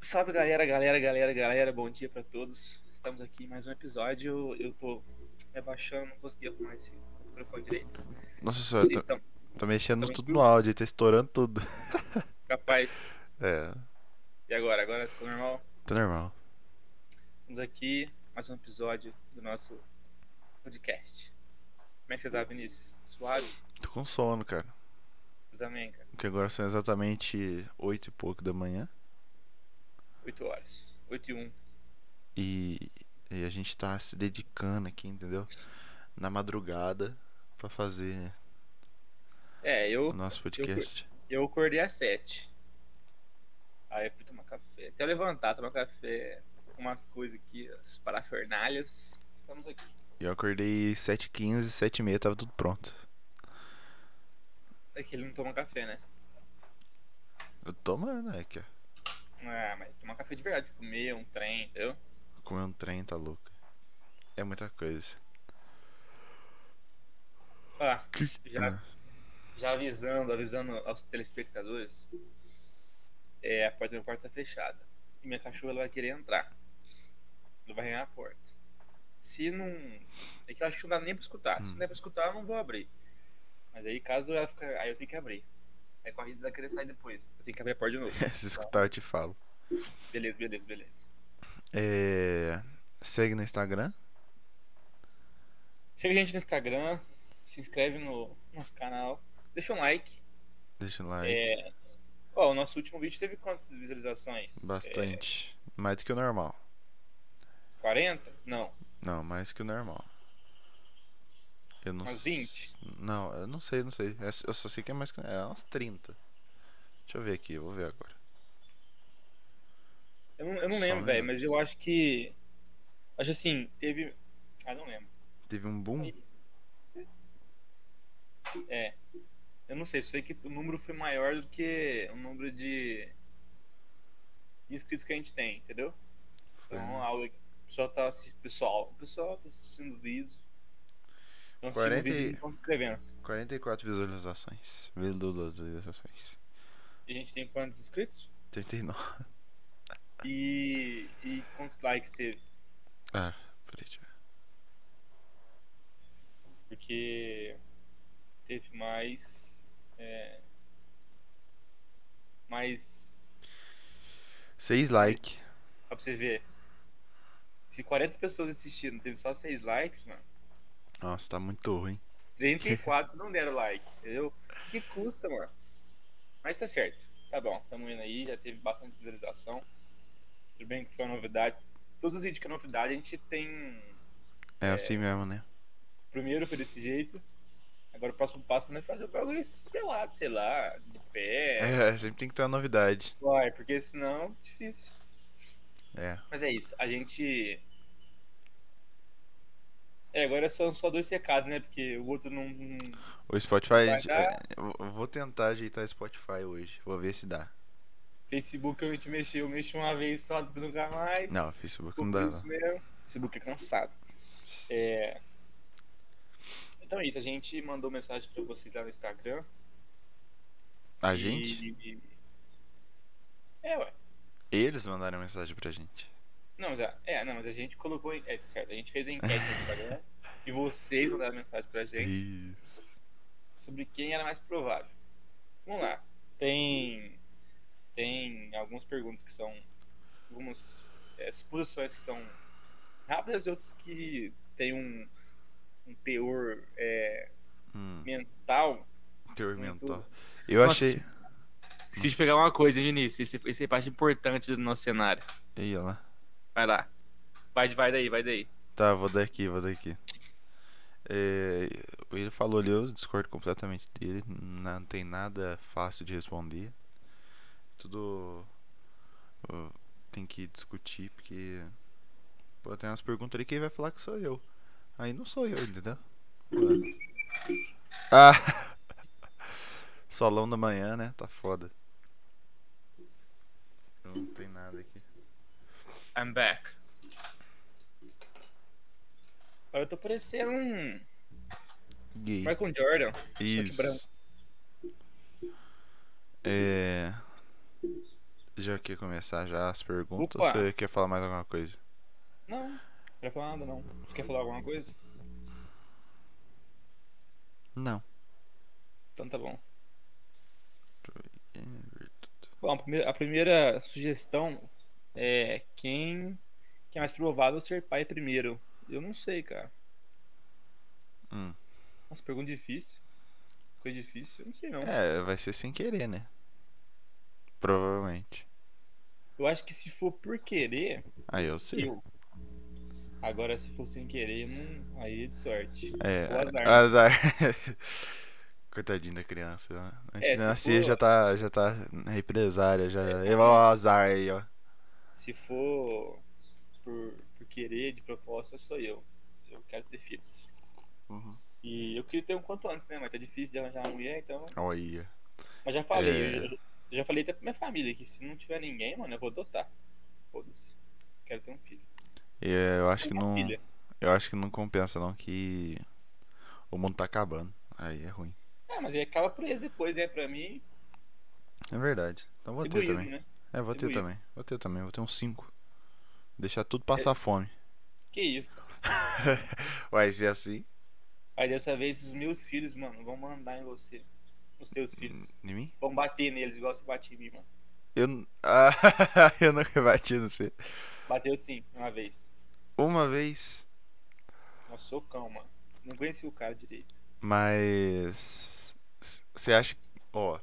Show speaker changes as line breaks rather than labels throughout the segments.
Salve galera, galera, galera, galera, bom dia pra todos. Estamos aqui em mais um episódio. Eu tô rebaixando, não consegui arrumar esse microfone direito.
Nossa
Vocês
senhora, tá,
estão
tá mexendo
tão
tudo
em-
no áudio, tá estourando tudo.
capazes?
É,
E agora? Agora ficou normal?
tá normal.
Estamos aqui, mais um episódio do nosso podcast. Como é que você tá, Vinícius? Suave?
Tô com sono, cara.
Eu também, cara.
Porque agora são exatamente 8 e pouco da manhã.
8 horas. 8 e 1.
E, e a gente tá se dedicando aqui, entendeu? Na madrugada pra fazer
É, eu,
o nosso podcast.
eu acordei às 7. Aí eu fui tomar café. Até eu levantar, tomar café, umas coisas aqui, as parafernálias. Estamos aqui.
Eu acordei 7h15, 7h30, tava tudo pronto.
É que ele não toma café, né?
Eu tô tomando, é que
Ah, mas tomar café de verdade, comer um trem, entendeu?
comer um trem tá louco. É muita coisa.
Ah,
Que...
Já-
Ah,
já avisando, avisando aos telespectadores, é, a porta do meu quarto tá fechada. E minha cachorra ela vai querer entrar. Ela vai arranhar a porta. Se não. É que eu acho que não dá nem pra escutar. Se não der pra escutar, eu não vou abrir. Mas aí caso ela fica. Aí eu tenho que abrir. Aí corre o risco dela querer sair depois. Eu tenho que abrir a porta de novo. Tá,
Se escutar eu te falo.
Beleza, beleza, beleza.
É... Segue no Instagram.
Segue a gente no Instagram, se inscreve no nosso canal, deixa um like.
Deixa o like.
É, ó, o nosso último vídeo teve quantas visualizações?
Bastante. Mais do que o normal.
É, 40? Não.
Não, mais que o normal. Eu não
Umas
s-
20?
Não, eu não sei, não sei. Eu s- Eu só sei que é mais que. É umas 30. Deixa eu ver aqui, eu vou ver agora.
Eu não, eu não
Só
lembro,
um
velho,
minuto.
mas eu acho que. Acho assim, teve. Ah, não lembro.
Teve um boom?
Eu não sei, sei que o número foi maior do que o número de, de inscritos que a gente tem, entendeu?
Foi,
Então,
né?
a- o pessoal tá, assi- pessoal, o pessoal tá assistindo o vídeo. Estão assistindo o
40 e-
vídeo e estão se inscrevendo.
44 visualizações. Visualizações.
E a gente tem quantos inscritos?
39.
E, e quantos likes teve?
Ah, peraí, deixa eu ver.
Porque teve mais. É, mais
6 likes.
Ó, pra você ver. Se 40 pessoas assistiram, teve só 6 likes, mano.
Nossa, tá muito ruim.
34 não deram like, entendeu? O que custa, mano? Mas tá certo. Tá bom, tamo indo aí, já teve bastante visualização. Tudo bem que foi uma novidade. Todos os vídeos que é novidade, a gente tem.
É, assim mesmo, né?
O primeiro foi desse jeito. Agora o próximo passo não é fazer o bagulho pelado, sei lá, de pé.
É, sempre tem que ter uma novidade.
Vai, porque senão é difícil.
É.
Mas é isso, a gente. É, agora são só dois recados, né? Porque o outro não. não-
O Spotify.
Vai dar?
eu- Eu vou tentar ajeitar o Spotify hoje. Vou ver se dá.
Facebook a gente mexeu, eu mexo uma vez só, depois nunca mais.
Não, Facebook
Ficou
não dá.
por isso mesmo. Facebook é cansado. É. Então é isso, a gente mandou mensagem pra vocês lá no Instagram.
não. A gente?
E... É, ué.
Eles mandaram mensagem pra gente.
Não, mas, a- é, não, mas a gente colocou. em- É, tá certo, a gente fez a enquete no Instagram. e vocês mandaram mensagem pra gente.
Isso.
sobre quem era mais provável. Vamos lá. Tem tem algumas perguntas que são algumas é, suposições que são rápidas e outras que tem um, um teor é,
Hum,
mental.
teor
Muito-
mental. Eu
Nossa,
achei.
Preciso pegar uma coisa, Vinícius. Esse, esse é parte importante do nosso cenário.
Ih, olha lá.
Vai lá. Vai, vai daí, vai daí.
Tá, vou dar aqui, vou dar aqui. É, ele falou ali, eu discordo completamente dele. Não tem nada fácil de responder. Tudo. ó, Tem que discutir, porque. Pô, tem umas perguntas ali que vai falar que sou eu. Aí não sou eu, entendeu? Ah! Solão da manhã, né? Tá foda. Não tem nada aqui.
I'm back. Agora eu tô parecendo um
Gay.
Michael Jordan. que branco.
Isso. É... Já quer começar já as perguntas
Opa.
ou você quer falar mais alguma coisa?
Não, não quero falar nada não. Você quer falar alguma coisa?
Não.
Então tá bom. Bom, a primeira, a primeira sugestão é quem que é mais provável ser pai primeiro. Eu não sei, cara.
Hum.
Nossa, pergunta difícil. Coisa difícil, eu não sei não.
É, vai ser sem querer, né? Provavelmente.
Eu acho que se for por querer,
Aí eu sei.
eu. Agora, se for sem querer, não... aí é de sorte.
É,
O azar.
azar. Coitadinho da criança. né? Antes
É,
de
se
nascer
for-
já tá, já tá na represária, já.
É,
É, o
mas-
azar aí, ó.
Se for por, por querer, de propósito, sou eu. Eu quero ter filhos. E eu queria ter um quanto antes, né? Mas tá difícil de arranjar uma mulher, então.
Olha.
Mas já falei,
É.
eu já, eu já falei até pra minha família que se não tiver ninguém, mano, eu vou adotar. Foda-se. Quero ter um filho.
E, é, eu acho que
Minha
não.
filha.
Eu acho que não compensa não que o mundo tá acabando. Aí é ruim.
É, mas ele acaba preso depois, né? Pra mim,
É verdade. Então vou ter
egoísmo,
também.
né?
É, vou ter
Egoísmo.
também. Vou ter também. Vou ter uns 5. Deixar tudo
É.
passar fome.
Que isso, cara.
Vai ser assim?
Aí dessa vez os meus filhos, mano, vão mandar em você. Os teus
Hum.
filhos.
Em mim?
Vão bater neles igual você batia em mim, mano.
Eu, n- ah, eu nunca bati no você.
Bateu sim, uma vez.
Uma vez.
Um socão, mano. Não conheci o cara direito.
Mas. Você acha. Ó.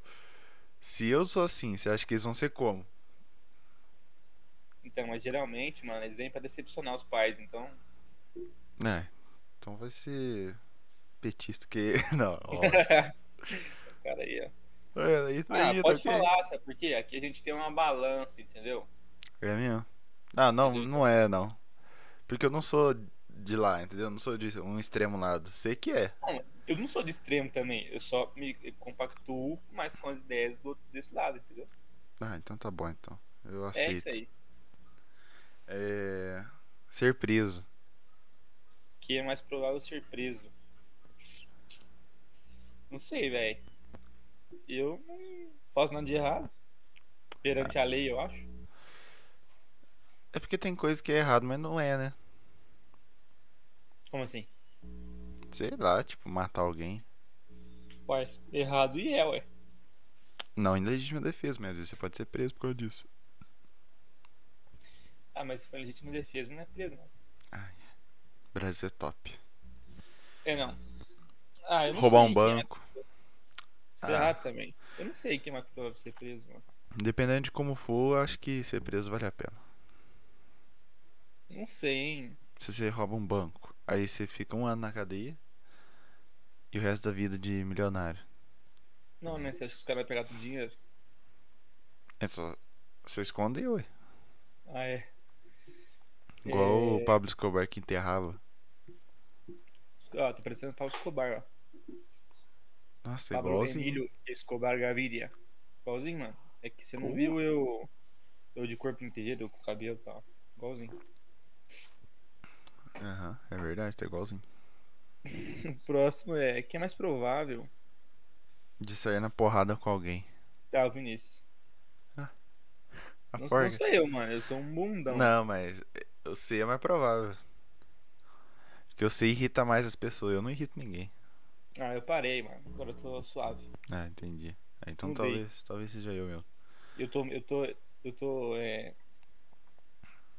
Se eu sou assim, você acha que eles vão ser como?
Então, mas geralmente, mano, eles vêm pra decepcionar os pais, então.
Né? Então vai ser. Petista que. Não. Ó.
O cara aí, ó.
É, aí,
Ah,
aí,
pode
tá ok.
falar, sabe por quê? Aqui a gente tem uma balança, entendeu?
É mesmo? Ah, não,
Uhum.
não é, não. Porque eu não sou de lá, entendeu? Eu não sou de um extremo lado. Sei que é.
Eu não sou de extremo também, eu só me compactuo mais com as ideias do, desse lado, entendeu?
Ah, então tá bom, então. Eu
É
aceito.
isso aí.
É, Ser preso.
Que é mais provável ser preso. Não sei, velho. Eu não faço nada de errado. Perante a lei, eu acho.
É porque tem coisa que é errado, mas não é, né?
Como assim?
Sei lá, tipo, matar alguém.
Ué, errado e é, ué.
Não, em legítima defesa, mas às vezes você pode ser preso por causa disso.
Ah, mas se for legítima defesa, não é preso, não.
Brasil é top.
É, não. Ah, eu não
Roubar
sei
um
quem é-
banco.
Isso é
Ah.
errado também. Eu não sei quem é mais provável ser preso, mano.
Dependendo de como for, eu acho que ser preso vale a pena.
Não sei, hein.
Se você rouba um banco, aí você fica um ano na cadeia e o resto da vida de milionário.
Não, né? Você acha que os caras vão pegar todo o dinheiro?
É só. Você escondeu, ué.
Ah, é.
Igual
É.
o Pablo Escobar que enterrava.
Ó, tô parecendo o Pablo Escobar, ó.
Nossa, é
Pablo
igualzinho.
Emílio Escobar Gaviria. Igualzinho, mano. É que você não
Porra.
viu eu. Eu de corpo inteiro, com cabelo e tal. Igualzinho.
Aham, é verdade, tá igualzinho.
O próximo é. Quem é mais provável?
De sair na porrada com alguém.
Tá, o Vinícius.
A
Não,
porca.
não sou eu, mano. Eu sou um bundão.
Não, mas eu sei é mais provável. Porque eu sei irrita mais as pessoas, eu não irrito ninguém.
Ah, eu parei, mano. Agora eu tô suave.
Ah, entendi. Ah, Então
Mudei.
talvez, talvez seja eu mesmo.
Eu tô. Eu tô. Eu tô. É...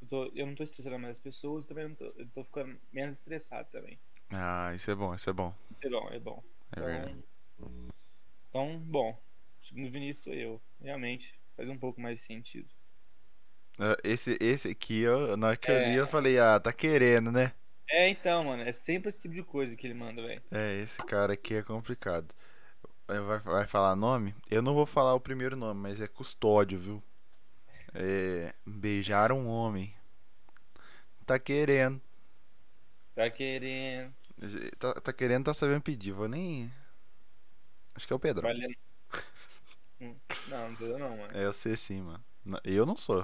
Eu, tô, eu não tô estressando mais as pessoas, também não tô, eu tô ficando menos estressado também.
Ah, isso é bom, isso é bom.
Isso é bom, é bom.
É verdade.
Então, então, bom, segundo o Vinícius sou eu. Realmente, faz um pouco mais de sentido.
Ah, Esse, esse aqui, eu, na hora que eu
É.
li, eu falei, ah, tá querendo, né?
É, então, mano, é sempre esse tipo de coisa que ele manda, velho.
É, esse cara aqui é complicado. Vai, vai- vai falar nome? Eu não vou falar o primeiro nome, mas é custódio, viu? É. Beijar um homem. Tá querendo.
Tá querendo.
Tá, tá querendo, tá sabendo pedir. Vou nem. Acho que é o Pedro.
Valendo. Hum, Não, não sou eu não, mano.
É, eu sei sim, mano. N- Eu não sou.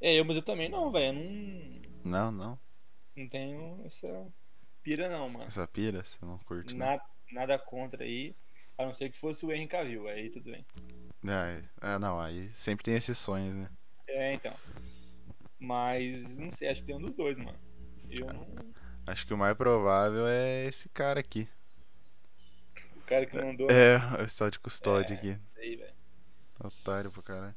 É eu, mas eu também não, velho. Eu não,
Não, não.
Não tenho essa pira, não, mano.
Essa pira, você não curte, né?
Nada, nada contra aí. A não ser que fosse o Henry Cavill, aí tudo bem.
Ah, ah, não, aí sempre tem exceções, né?
É, então. Mas, não sei, acho que tem um dos dois, mano. Eu não.
Acho que o mais provável é esse cara aqui.
O cara que mandou.
É, o estado de custódia
É,
aqui.
não sei, velho.
Otário pra caralho.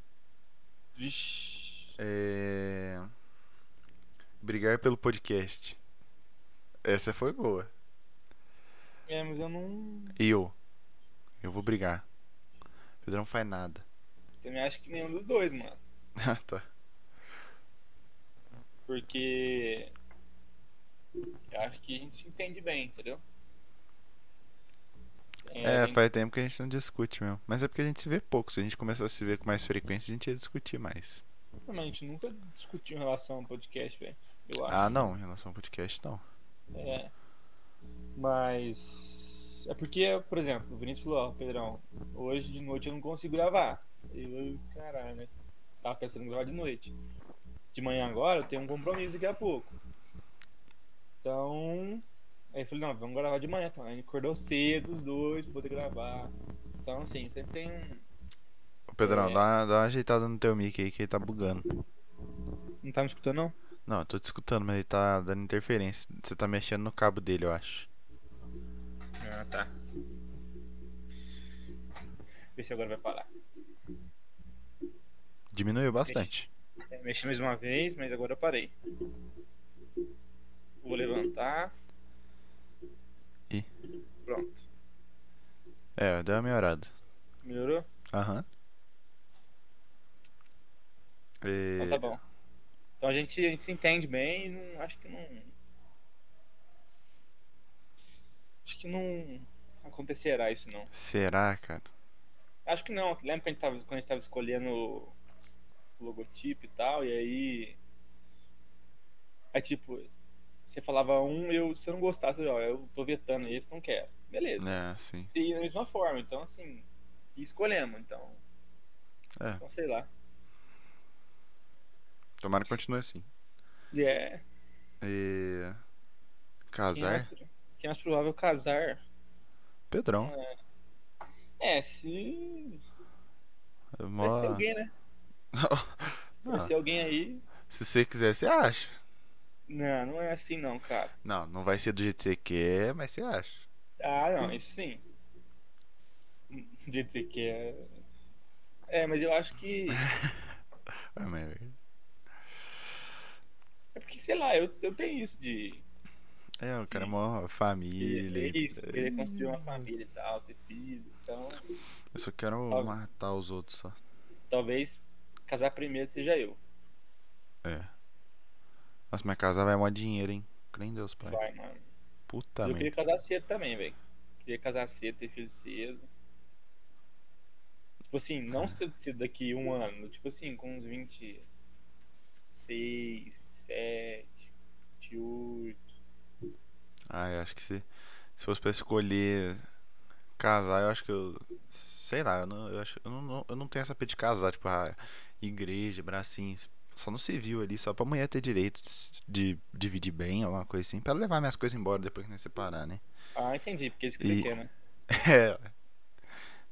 Vixe.
É... Brigar pelo podcast. Essa foi boa.
É, mas eu não.
Eu. Eu vou brigar. Pedro não faz nada.
Também acho que nenhum dos dois, mano.
Ah, tá.
Porque. Eu acho que a gente se entende bem, entendeu?
É,
a gente-
faz tempo que a gente não discute mesmo. Mas é porque a gente se vê pouco. Se a gente começar a se ver com mais frequência, a gente ia discutir mais.
Não, mas a gente nunca discutiu em relação ao podcast, velho. Eu acho.
Ah, não. Em relação ao podcast, não.
É. Mas. É porque, por exemplo, o Vinícius falou: Ó, Pedrão, hoje de noite eu não consigo gravar. Eu, caralho, né? Tava pensando em gravar de noite. De manhã agora eu tenho um compromisso daqui a pouco. Então. Aí eu falei: Não, vamos gravar de manhã. Então, aí acordou cedo os dois pra poder gravar. Então, assim, sempre tem um.
Ô, Pedrão,
É.
dá, dá uma ajeitada no teu mic aí que ele tá bugando.
Não tá me escutando, não?
Não, eu tô te escutando, mas ele tá dando interferência. Você tá mexendo no cabo dele, eu acho.
Ah, tá. Vê se agora vai parar.
Diminuiu bastante.
É, Mexi mais uma vez, mas agora eu parei. Vou levantar.
E?
Pronto.
É, deu uma melhorada.
Melhorou?
Aham.
Então
E...
tá bom. Então a gente, a gente se entende bem e não, acho que não. Acho que não acontecerá isso não.
Será, cara?
Acho que não. Lembra que a gente tava, quando a gente tava escolhendo o logotipo e tal, e aí. Aí tipo, você falava um, eu, se eu não gostasse, eu, ó, eu tô vetando esse, não quero. Beleza.
É, sim.
seguir da mesma forma. Então, assim, e escolhemos. Então,
É.
então sei lá.
Tomara que continue assim.
E é.
E...
Quem é, mais,
Casar?
pro- quem é mais provável casar?
Pedrão.
É, se.
É mó-
Vai ser alguém, né? Vai
Ah,
ser alguém aí.
Se você quiser, você acha.
Não, não é assim, não, cara.
Não, não vai ser do jeito que você quer, mas você acha.
Ah, não, isso sim. De dizer que é. É, mas eu acho que.
Ah, mas-
É porque, sei lá, eu, eu tenho isso de.
É, o cara é
Sim.
mó família.
querer-
e-
isso, querer construir uma família e tal, ter filhos. Então,
Eu só quero
Sabe?
matar os outros só.
talvez casar primeiro seja eu.
Nossa, minha casa vai mó dinheiro, hein? Crê em Deus, pai.
Vai, mano.
Puta
Mas eu queria
merda.
casar cedo também, velho. Queria casar cedo, ter filho cedo. Tipo assim,
Ah.
não cedo, cedo daqui um ano. Tipo assim, com uns 26, 27, 28.
Ah, eu acho que se, se fosse pra escolher casar, eu acho que eu. Sei lá, eu não, eu acho, eu não- não, eu não tenho essa pira de casar, tipo, a igreja, bracinho. Só no civil ali, só pra mulher ter direito de dividir bem, alguma coisa assim, pra levar minhas coisas embora depois que nós separar, né?
Ah, entendi, porque é isso que
E-
você quer, né?
É.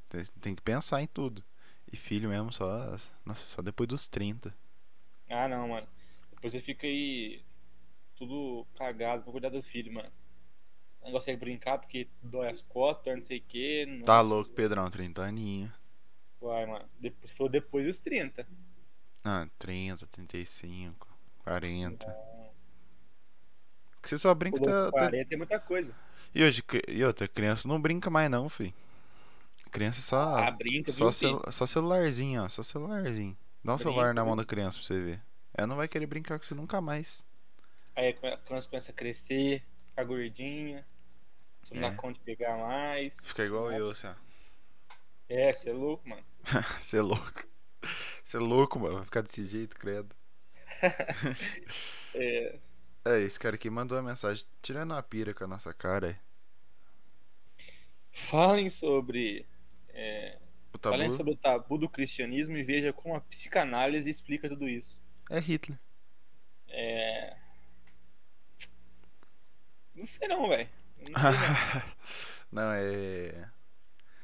Tem, tem que pensar em tudo. E filho mesmo, só. Nossa, só depois dos 30.
Ah, não, mano. Depois você fica aí tudo cagado pra cuidar do filho, mano. Não consegue brincar porque dói as costas, dói não sei o que.
Tá louco, Pedrão, 30 aninho.
Vai, mano. Depois, foi depois dos 30.
Ah, 30, 35, 40. Que tá- você só brinca da- da-
40 é muita coisa.
E hoje, cri- e outra, criança não brinca mais não, fi. Criança só.
Ah, brinca,
só,
viu,
celu- só celularzinho, ó. Só celularzinho. Dá um celular na mão da criança pra você ver. Ela não vai querer brincar com você nunca mais.
Aí a criança começa a crescer, ficar gordinha, você não
É.
dá conta de pegar mais.
Fica igual eu, assim, ó.
É, você é louco, mano.
Você é louco. Você é louco, mano. Vai ficar desse jeito, credo.
É,
É, esse cara aqui mandou uma mensagem tirando uma pira com a nossa cara. é.
falem sobre. é,
O tabu
falem sobre o tabu do cristianismo e veja como a psicanálise explica tudo isso.
é Hitler.
É. Não sei não, velho. Eu não sei não.
Não, é.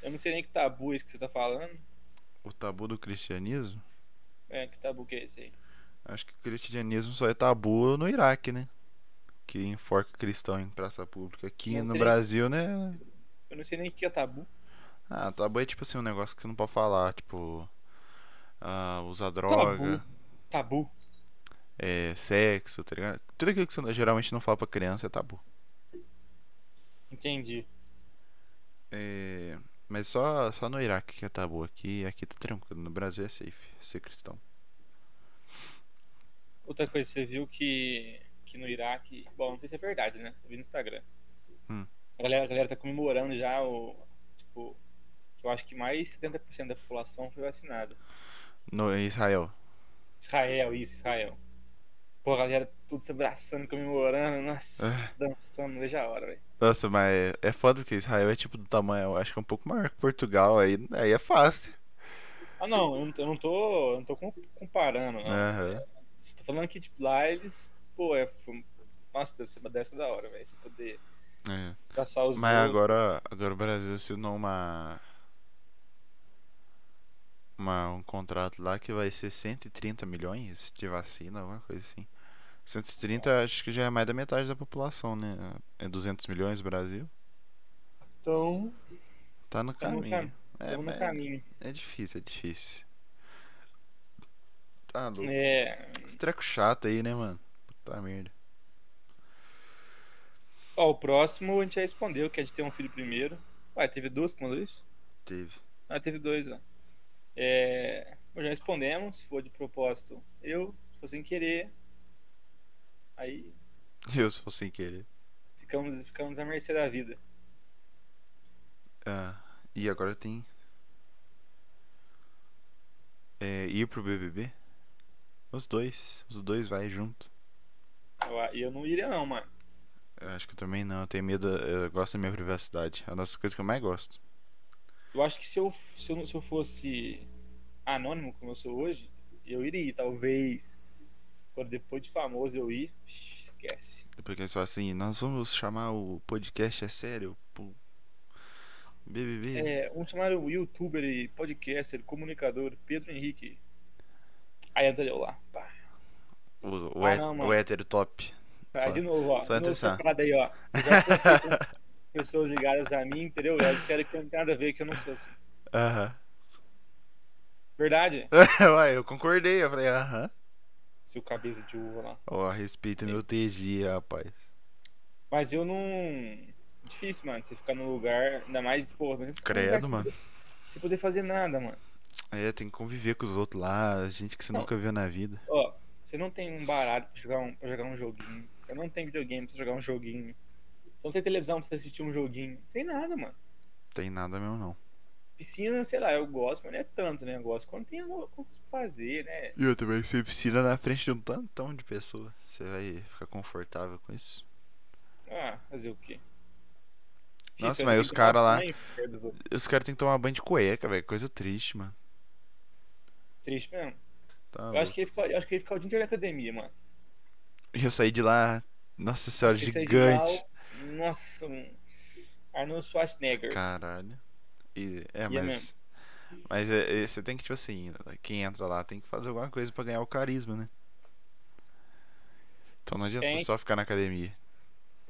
Eu não sei nem que tabu é isso que você tá falando.
O tabu do cristianismo?
É, que tabu que é esse aí?
Acho que o cristianismo só é tabu no Iraque, né? Que enforca cristão em praça pública. Aqui
Não
no
sei.
Brasil, né?
Eu não sei nem o que é tabu.
Ah, tabu é tipo assim, um negócio que você não pode falar, tipo. Ah, usar droga,
Tabu.
é, sexo, tá ligado? Tudo aquilo que você geralmente não fala pra criança é tabu.
Entendi.
É, mas só, só no Iraque que é tabu aqui, aqui tá tranquilo. No Brasil é safe ser cristão.
Outra coisa, você viu que, que no Iraque. Bom, não sei se é verdade, né? Eu vi no Instagram.
Hum.
A, galera, a galera tá comemorando já o. Tipo. Que eu acho que mais 70% da população foi vacinada.
No em Israel.
Israel, isso, Israel. Pô, a galera tudo se abraçando, comemorando, nossa,
É.
dançando, não vejo a hora, velho.
Nossa, mas é foda porque Israel é tipo do tamanho, eu acho que é um pouco maior que Portugal, aí, aí é fácil.
Ah, não, eu não, eu não tô. Eu não tô com- comparando, não.
Aham.
Estou falando que, tipo, lá eles. Pô, é. foi- Nossa, deve ser, deve ser da hora, velho. Você poder
É.
traçar os.
Mas
outros.
agora, agora o Brasil assinou uma, uma um contrato lá que vai ser 130 milhões de vacina, alguma coisa assim. 130 acho que já é mais da metade da população, né? É 200 milhões o Brasil.
Então.
Tá no
Tá no
caminho.
cam-
É,
Estamos
mas
no caminho.
é difícil, é difícil. Tá louco.
É.
Esse treco chato aí, né, mano? Puta merda.
Ó, o próximo a gente já respondeu, que é de ter um filho primeiro. Ué, teve duas que mandou isso?
Teve.
Ah, teve dois, ó. É. nós já respondemos, se for de propósito, eu, se for sem querer. Aí
Eu se fosse sem querer.
ficamos, ficamos à mercê da vida.
Ah, e agora tem. É, ir pro BBB? Os dois. Os dois vai junto.
Eu- E eu, não iria, não, mano.
Eu acho que eu também não. Eu tenho medo. Eu gosto da minha privacidade. É a nossa coisa que eu mais gosto.
Eu acho que se eu, se eu, não- se eu fosse anônimo, como eu sou hoje, eu iria, talvez. Agora, depois de famoso eu ir, vixi, esquece.
Porque eles falam assim: nós vamos chamar o podcast é sério? Pô. BBB?
É, um chamaram o youtuber e podcaster, comunicador, Pedro Henrique. Aí entra eu lá. Pá.
O, o,
Ah,
hé-
não, mano.
o hétero top.
Aí
Só-
Tá, de novo, ó.
só
de novo
atenção.
essa parada aí, ó. Eu já conversei com pessoas ligadas a mim, entendeu? É sério que não tem nada a ver, que eu não sou assim.
Aham.
Verdade?
Ué, eu concordei. Eu falei: aham.
Seu cabeça de uva lá.
Ó, respeita meu TG, rapaz.
Mas eu não. Difícil, mano, você ficar num lugar, ainda mais, pô, mas você fica num lugar
Credo,
sem
mano.
poder- Sem poder fazer nada, mano.
É, tem que conviver com os outros lá, gente que você
Não.
nunca viu na vida.
Ó, você não tem um baralho pra jogar um, pra jogar um joguinho. Você não tem videogame pra jogar um joguinho. Você não tem televisão pra você assistir um joguinho. Não tem nada, mano.
Tem nada mesmo, não.
Piscina, sei lá, eu gosto, mas não é tanto, né? Eu gosto quando tem alguma coisa pra fazer, né?
E eu também, você piscina na frente de um tantão de pessoa. Você vai ficar confortável com isso?
Ah, fazer o quê?
Nossa,
Isso, eu
mas
tenho
os
que
cara lá-
tomar banho dos outros.
Os caras têm que tomar banho de cueca, velho. Coisa triste, mano.
Triste mesmo.
Tá
Eu
louco.
acho que ia ficar, eu acho que ia ficar o dia inteiro na academia, mano.
E eu saí de lá, nossa senhora,
Se sair de lá,
gigante.
eu- Nossa, um Arnold Schwarzenegger.
Caralho. E- é,
E é
mas. Mas é, é, você tem que, tipo assim, quem entra lá tem que fazer alguma coisa pra ganhar o carisma, né? Então não adianta
Tem.
você só ficar na academia.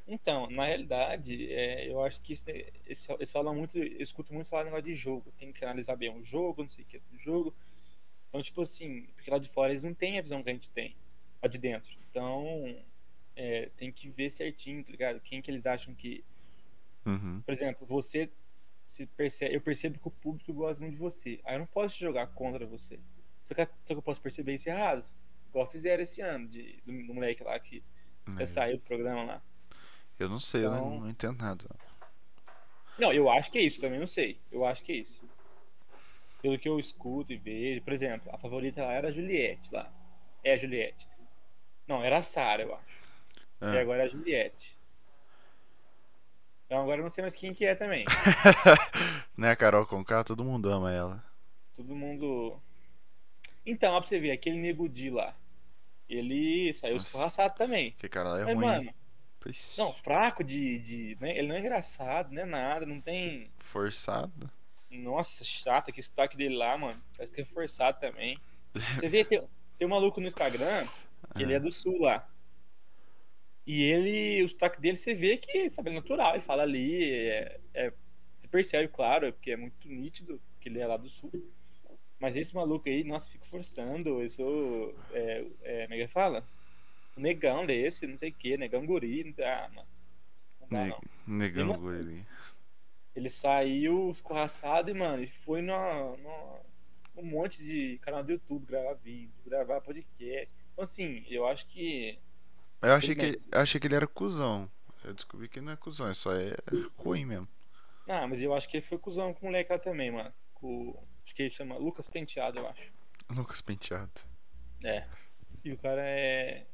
Então, na realidade, é, eu acho que isso- eles, eles falam muito, eu escuto muito falar negócio de jogo. Tem que analisar bem o jogo, não sei o que do jogo. Então, tipo assim, porque lá de fora eles não têm a visão que a gente tem, lá de dentro. Então, é, tem que ver certinho, tá ligado? Quem que eles acham que.
Uhum.
Por exemplo, você se percebe, eu percebo que o público gosta muito de você. Aí eu não posso jogar contra você. Só que, só que eu posso perceber isso errado. Igual fizeram esse ano, de, do, do moleque lá que
É.
até saiu do programa lá.
Eu não sei, eu não-
Então-
não entendo nada.
Não, eu acho que é isso, também não sei. Eu acho que é isso. Pelo que eu escuto e vejo, por exemplo, a favorita lá era a Juliette lá. É a Juliette. Não, era a Sarah, eu acho.
Ah.
E agora é a Juliette. Então agora eu não sei mais quem que é também.
Né, a Carol Conká, todo mundo ama ela.
Todo mundo. Então, ó, pra você ver, aquele nego Di lá. Ele saiu
Nossa.
escorraçado também.
Porque, cara, ela é
Mas,
ruim.
mano,
Ixi,
Não, fraco de. de né? Ele não é engraçado, não é nada, não tem.
Forçado.
Nossa, chata, que sotaque dele lá, mano. Parece que é forçado também. Você vê, tem, tem um maluco no Instagram, que ele é do sul lá. E ele, o sotaque dele, você vê que, sabe, é natural. Ele fala ali, é, é- você percebe, claro, porque é muito nítido que ele é lá do sul. Mas esse maluco aí, nossa, fico forçando. Eu sou. É, é, como é que ele fala? O negão desse, não sei o que, negão guri. Não sei, ah, mano. Não dá,
Ne-
não.
Negão
Mesmo assim.
guri.
Ele saiu escorraçado e, mano, ele foi numa, numa- num monte de canal do YouTube gravar vídeo, gravar podcast. Então, assim, eu acho que.
Eu achei
Tudo
que, eu achei que ele era cuzão. Eu descobri que ele não é cuzão, ele só é ruim mesmo.
Ah, mas eu acho que ele foi cuzão com o moleque lá também, mano. Com, o- acho que ele chama Lucas Penteado, eu acho.
Lucas Penteado.
É. E o cara é.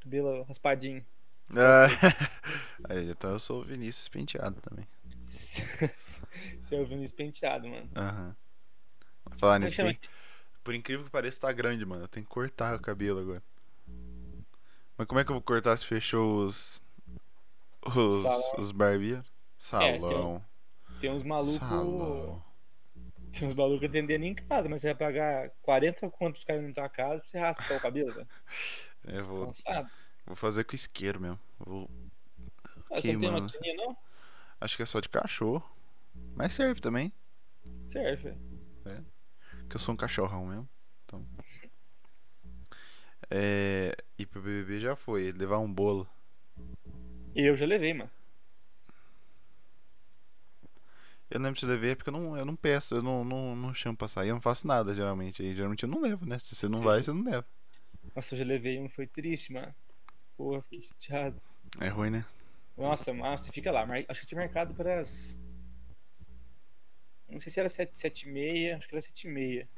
Cabelo raspadinho.
Ah,
É.
aí, então eu sou o Vinícius Penteado também.
Você é o Vinícius Penteado, mano.
Aham. Falar
Mas
nisso,
chama-
tem... por incrível que pareça, tá grande, mano. Eu tenho que cortar o cabelo agora. Mas como é que eu vou cortar se fechou os. Os,
Salão. É,
os barbeiros?
tem- um
Salão.
Tem uns malucos.
Salão.
Tem uns malucos atendendo em casa, mas você vai pagar 40 contos pros caras na tua casa pra você raspar o cabelo, velho.
Eu É, vou,
Cansado.
vou fazer com isqueiro mesmo. Vou-
Ah, você não tem
mano.
maquininha, não?
Acho que é só de cachorro. Mas serve também.
Serve.
Que eu sou um cachorrão mesmo. Então. É, e pro BBB já foi. Levar um bolo.
Eu já levei, mano.
Eu lembro de levar porque eu não, eu não peço, eu não, não, não chamo pra sair, eu não faço nada geralmente. Aí, geralmente eu não levo, né? Se você não
Sim.
vai, você não leva.
Nossa, eu já levei um, foi triste, mano. Porra, fiquei chateado.
É ruim, né?
Nossa, mas você fica lá. mar- Acho que eu tinha marcado pras. Não sei se era 7, 7 e meia, acho que era 7 e meia.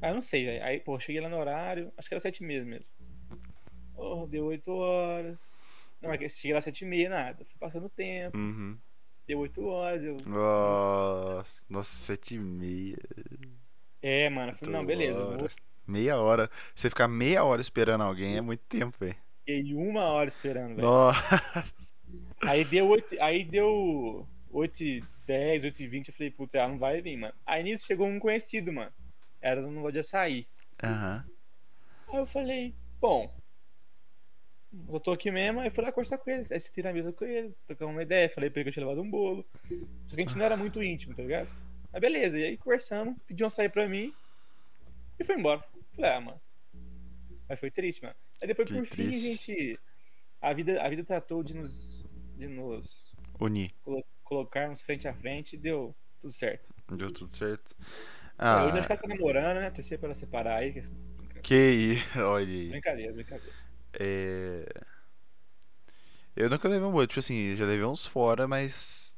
Ah, eu não sei, velho. Aí, pô, cheguei lá no horário, acho que era 7 e meia mesmo. Porra, deu 8 horas. Não, mas que- cheguei lá 7 e meia, nada. Fui passando o tempo,
Uhum.
deu 8 horas. Eu...
Nossa, nossa, sete e meia.
É, mano, eu falei, não, beleza, eu
hora.
vou.
Meia hora. Você ficar meia hora esperando alguém é muito tempo, velho.
Fiquei uma hora esperando, velho.
Nossa.
Aí deu 8, aí deu 8 e 10, 8 e 20, eu falei, putz, ela não vai vir, mano. Aí nisso chegou um conhecido, mano. Era do negócio de açaí.
Aham.
Aí eu falei, bom, eu tô aqui mesmo, aí eu fui lá conversar com ele. Aí sentei na mesa com ele, trocar uma ideia, falei pra ele que eu tinha levado um bolo. Só que a gente não era muito íntimo, tá ligado? Mas beleza, e aí conversamos, pediu um açaí pra mim e foi embora. Falei, ah, mano. Mas foi triste, mano. Aí depois,
Que
por fim, a
triste.
gente. A vida, a vida tratou de nos. De nos
Uhum. Uni.
colo- colocarmos frente a frente e deu tudo certo.
Deu tudo certo.
Ah.
Ah,
Hoje acho que ela tá namorando, né? Torcer pra ela separar aí. que-
que isso. Olha aí.
Brincadeira, brincadeira.
É... Eu nunca levei um bolo, tipo assim, já levei uns fora, mas.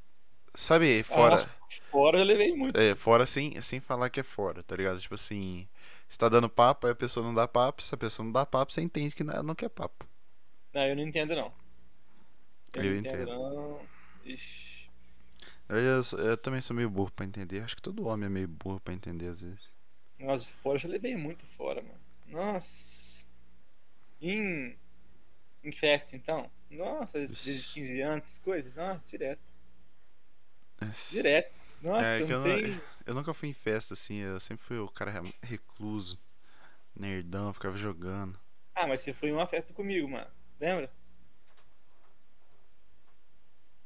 É,
Sabe, fora.
Fora eu levei muito.
É, fora sem, sem falar que é fora, tá ligado? Tipo assim, você tá dando papo, aí a pessoa não dá papo, se a pessoa não dá papo, você entende que não, não quer papo.
Não, eu não entendo, não.
Eu
não
entendo.
não. Ixi.
Na verdade, Eu, sou- eu também sou meio burro pra entender. Acho que todo homem é meio burro pra entender às vezes.
Nossa, fora eu já levei muito fora, mano. Nossa. Em, em festa, então. Nossa, desde 15 anos, essas coisas. Nossa, direto.
É,
Direto. Nossa,
É, que
não
eu não-
tem.
Eu nunca fui em festa assim, eu sempre fui o cara recluso, nerdão, ficava jogando.
Ah, mas você foi em uma festa comigo, mano. Lembra?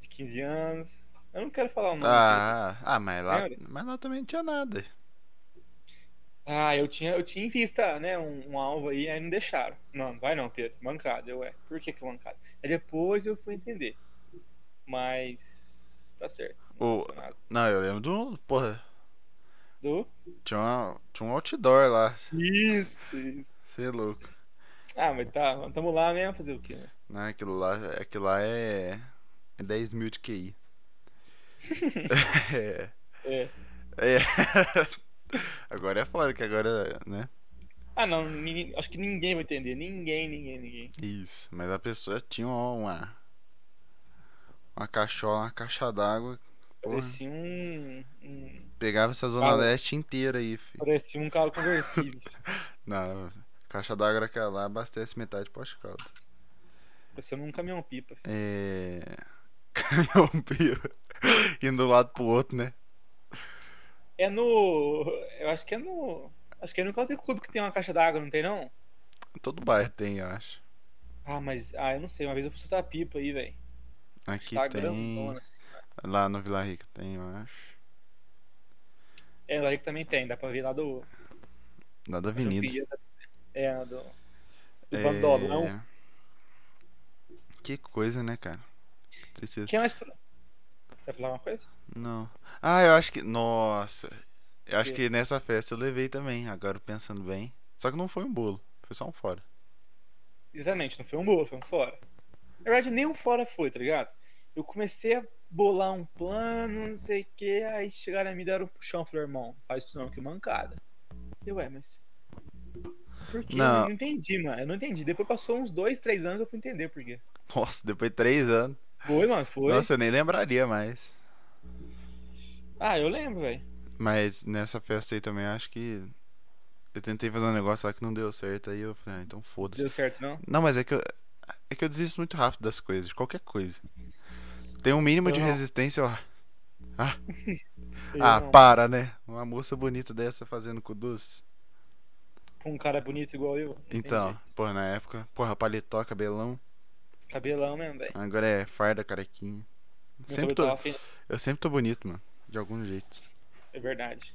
De 15 anos. Eu não quero falar o nome. dele.
Ah, ah, mas lá,
Lembra?
mas lá também não tinha nada.
Ah, eu tinha, eu tinha em vista, né? Um, um alvo aí, aí não deixaram. Não, vai não, Pedro. Mancada, eu é. Por que que é mancada? Aí depois eu fui entender. Mas. Tá certo. Não
Ô.
aconteceu nada.
Não, eu lembro do. Porra,
Do?
Tinha, uma- tinha um outdoor lá.
Isso, isso.
Você é louco.
Ah, mas tá, tamo lá mesmo, fazer o quê, né?
Não, aquilo lá, aquilo lá é, é 10 mil de QI. é,
É.
é. Agora é foda, que agora, né?
Ah, não, ninguém- acho que ninguém vai entender. Ninguém, ninguém, ninguém.
Isso. Mas a pessoa tinha uma. Uma cachola, uma caixa d'água. Porra,
Parecia um- um
Pegava essa zona
Ah,
leste inteira aí, filho.
Parecia um carro conversível.
Não, caixa d'água era aquela lá, abastece metade do Porsche Caldas.
Parecendo um caminhão pipa. filho.
É. Caminhão É um pio. Indo de um lado pro outro, né?
É no. Eu acho que é no. Acho que é no Country Clube que tem uma caixa d'água, não tem não?
Todo bairro tem, eu acho.
Ah, mas. Ah, eu não sei. Uma vez eu fui soltar a pipa aí, velho.
Aqui
Tá
tem.
grandona assim.
Lá no Vila Rica tem, eu acho.
É, lá que também tem, dá pra ver lá do.
Lá da Avenida.
João Pinheiro. É, lá do. Do
É,
Bandolão.
Que coisa, né, cara? Tristeza.
Quem mais. Você vai falar uma coisa?
Não. Ah, eu acho que. Nossa. Eu acho
quê?
que nessa festa eu levei também, agora pensando bem. Só que não foi um bolo, foi só um fora.
Exatamente, não foi um bolo, foi um fora. Na verdade, nem um fora foi, tá ligado? Eu comecei a bolar um plano, não sei o que, aí chegaram e me deram um puxão. Eu Falei, irmão, faz isso não, que mancada. Eu, ué, mas. Por quê?
Não.
Eu não entendi, mano. Eu não entendi. Depois passou uns dois, três anos que eu fui entender por quê.
Nossa, depois de três anos.
Foi, mano, foi.
Nossa, eu nem lembraria mais.
Ah, eu lembro, velho.
Mas nessa festa aí também eu acho que. Eu tentei fazer um negócio lá que não deu certo, aí eu falei, ah, então foda-se.
Deu certo, não?
Não, mas é que eu. É que eu desisto muito rápido das coisas, de qualquer coisa. Tem um mínimo
Eu
de
não.
resistência, ó.
Eu
Ah,
não.
para, né? Uma moça bonita dessa fazendo cuduz.
Com um cara bonito igual eu. não tem
Então,
jeito.
pô, na época, porra, paletó, cabelão.
Cabelão mesmo, velho.
Agora é farda, carequinha.
Meu
Sempre
cabelo
tô,
tava feio.
eu sempre tô bonito, mano. De algum jeito.
É verdade.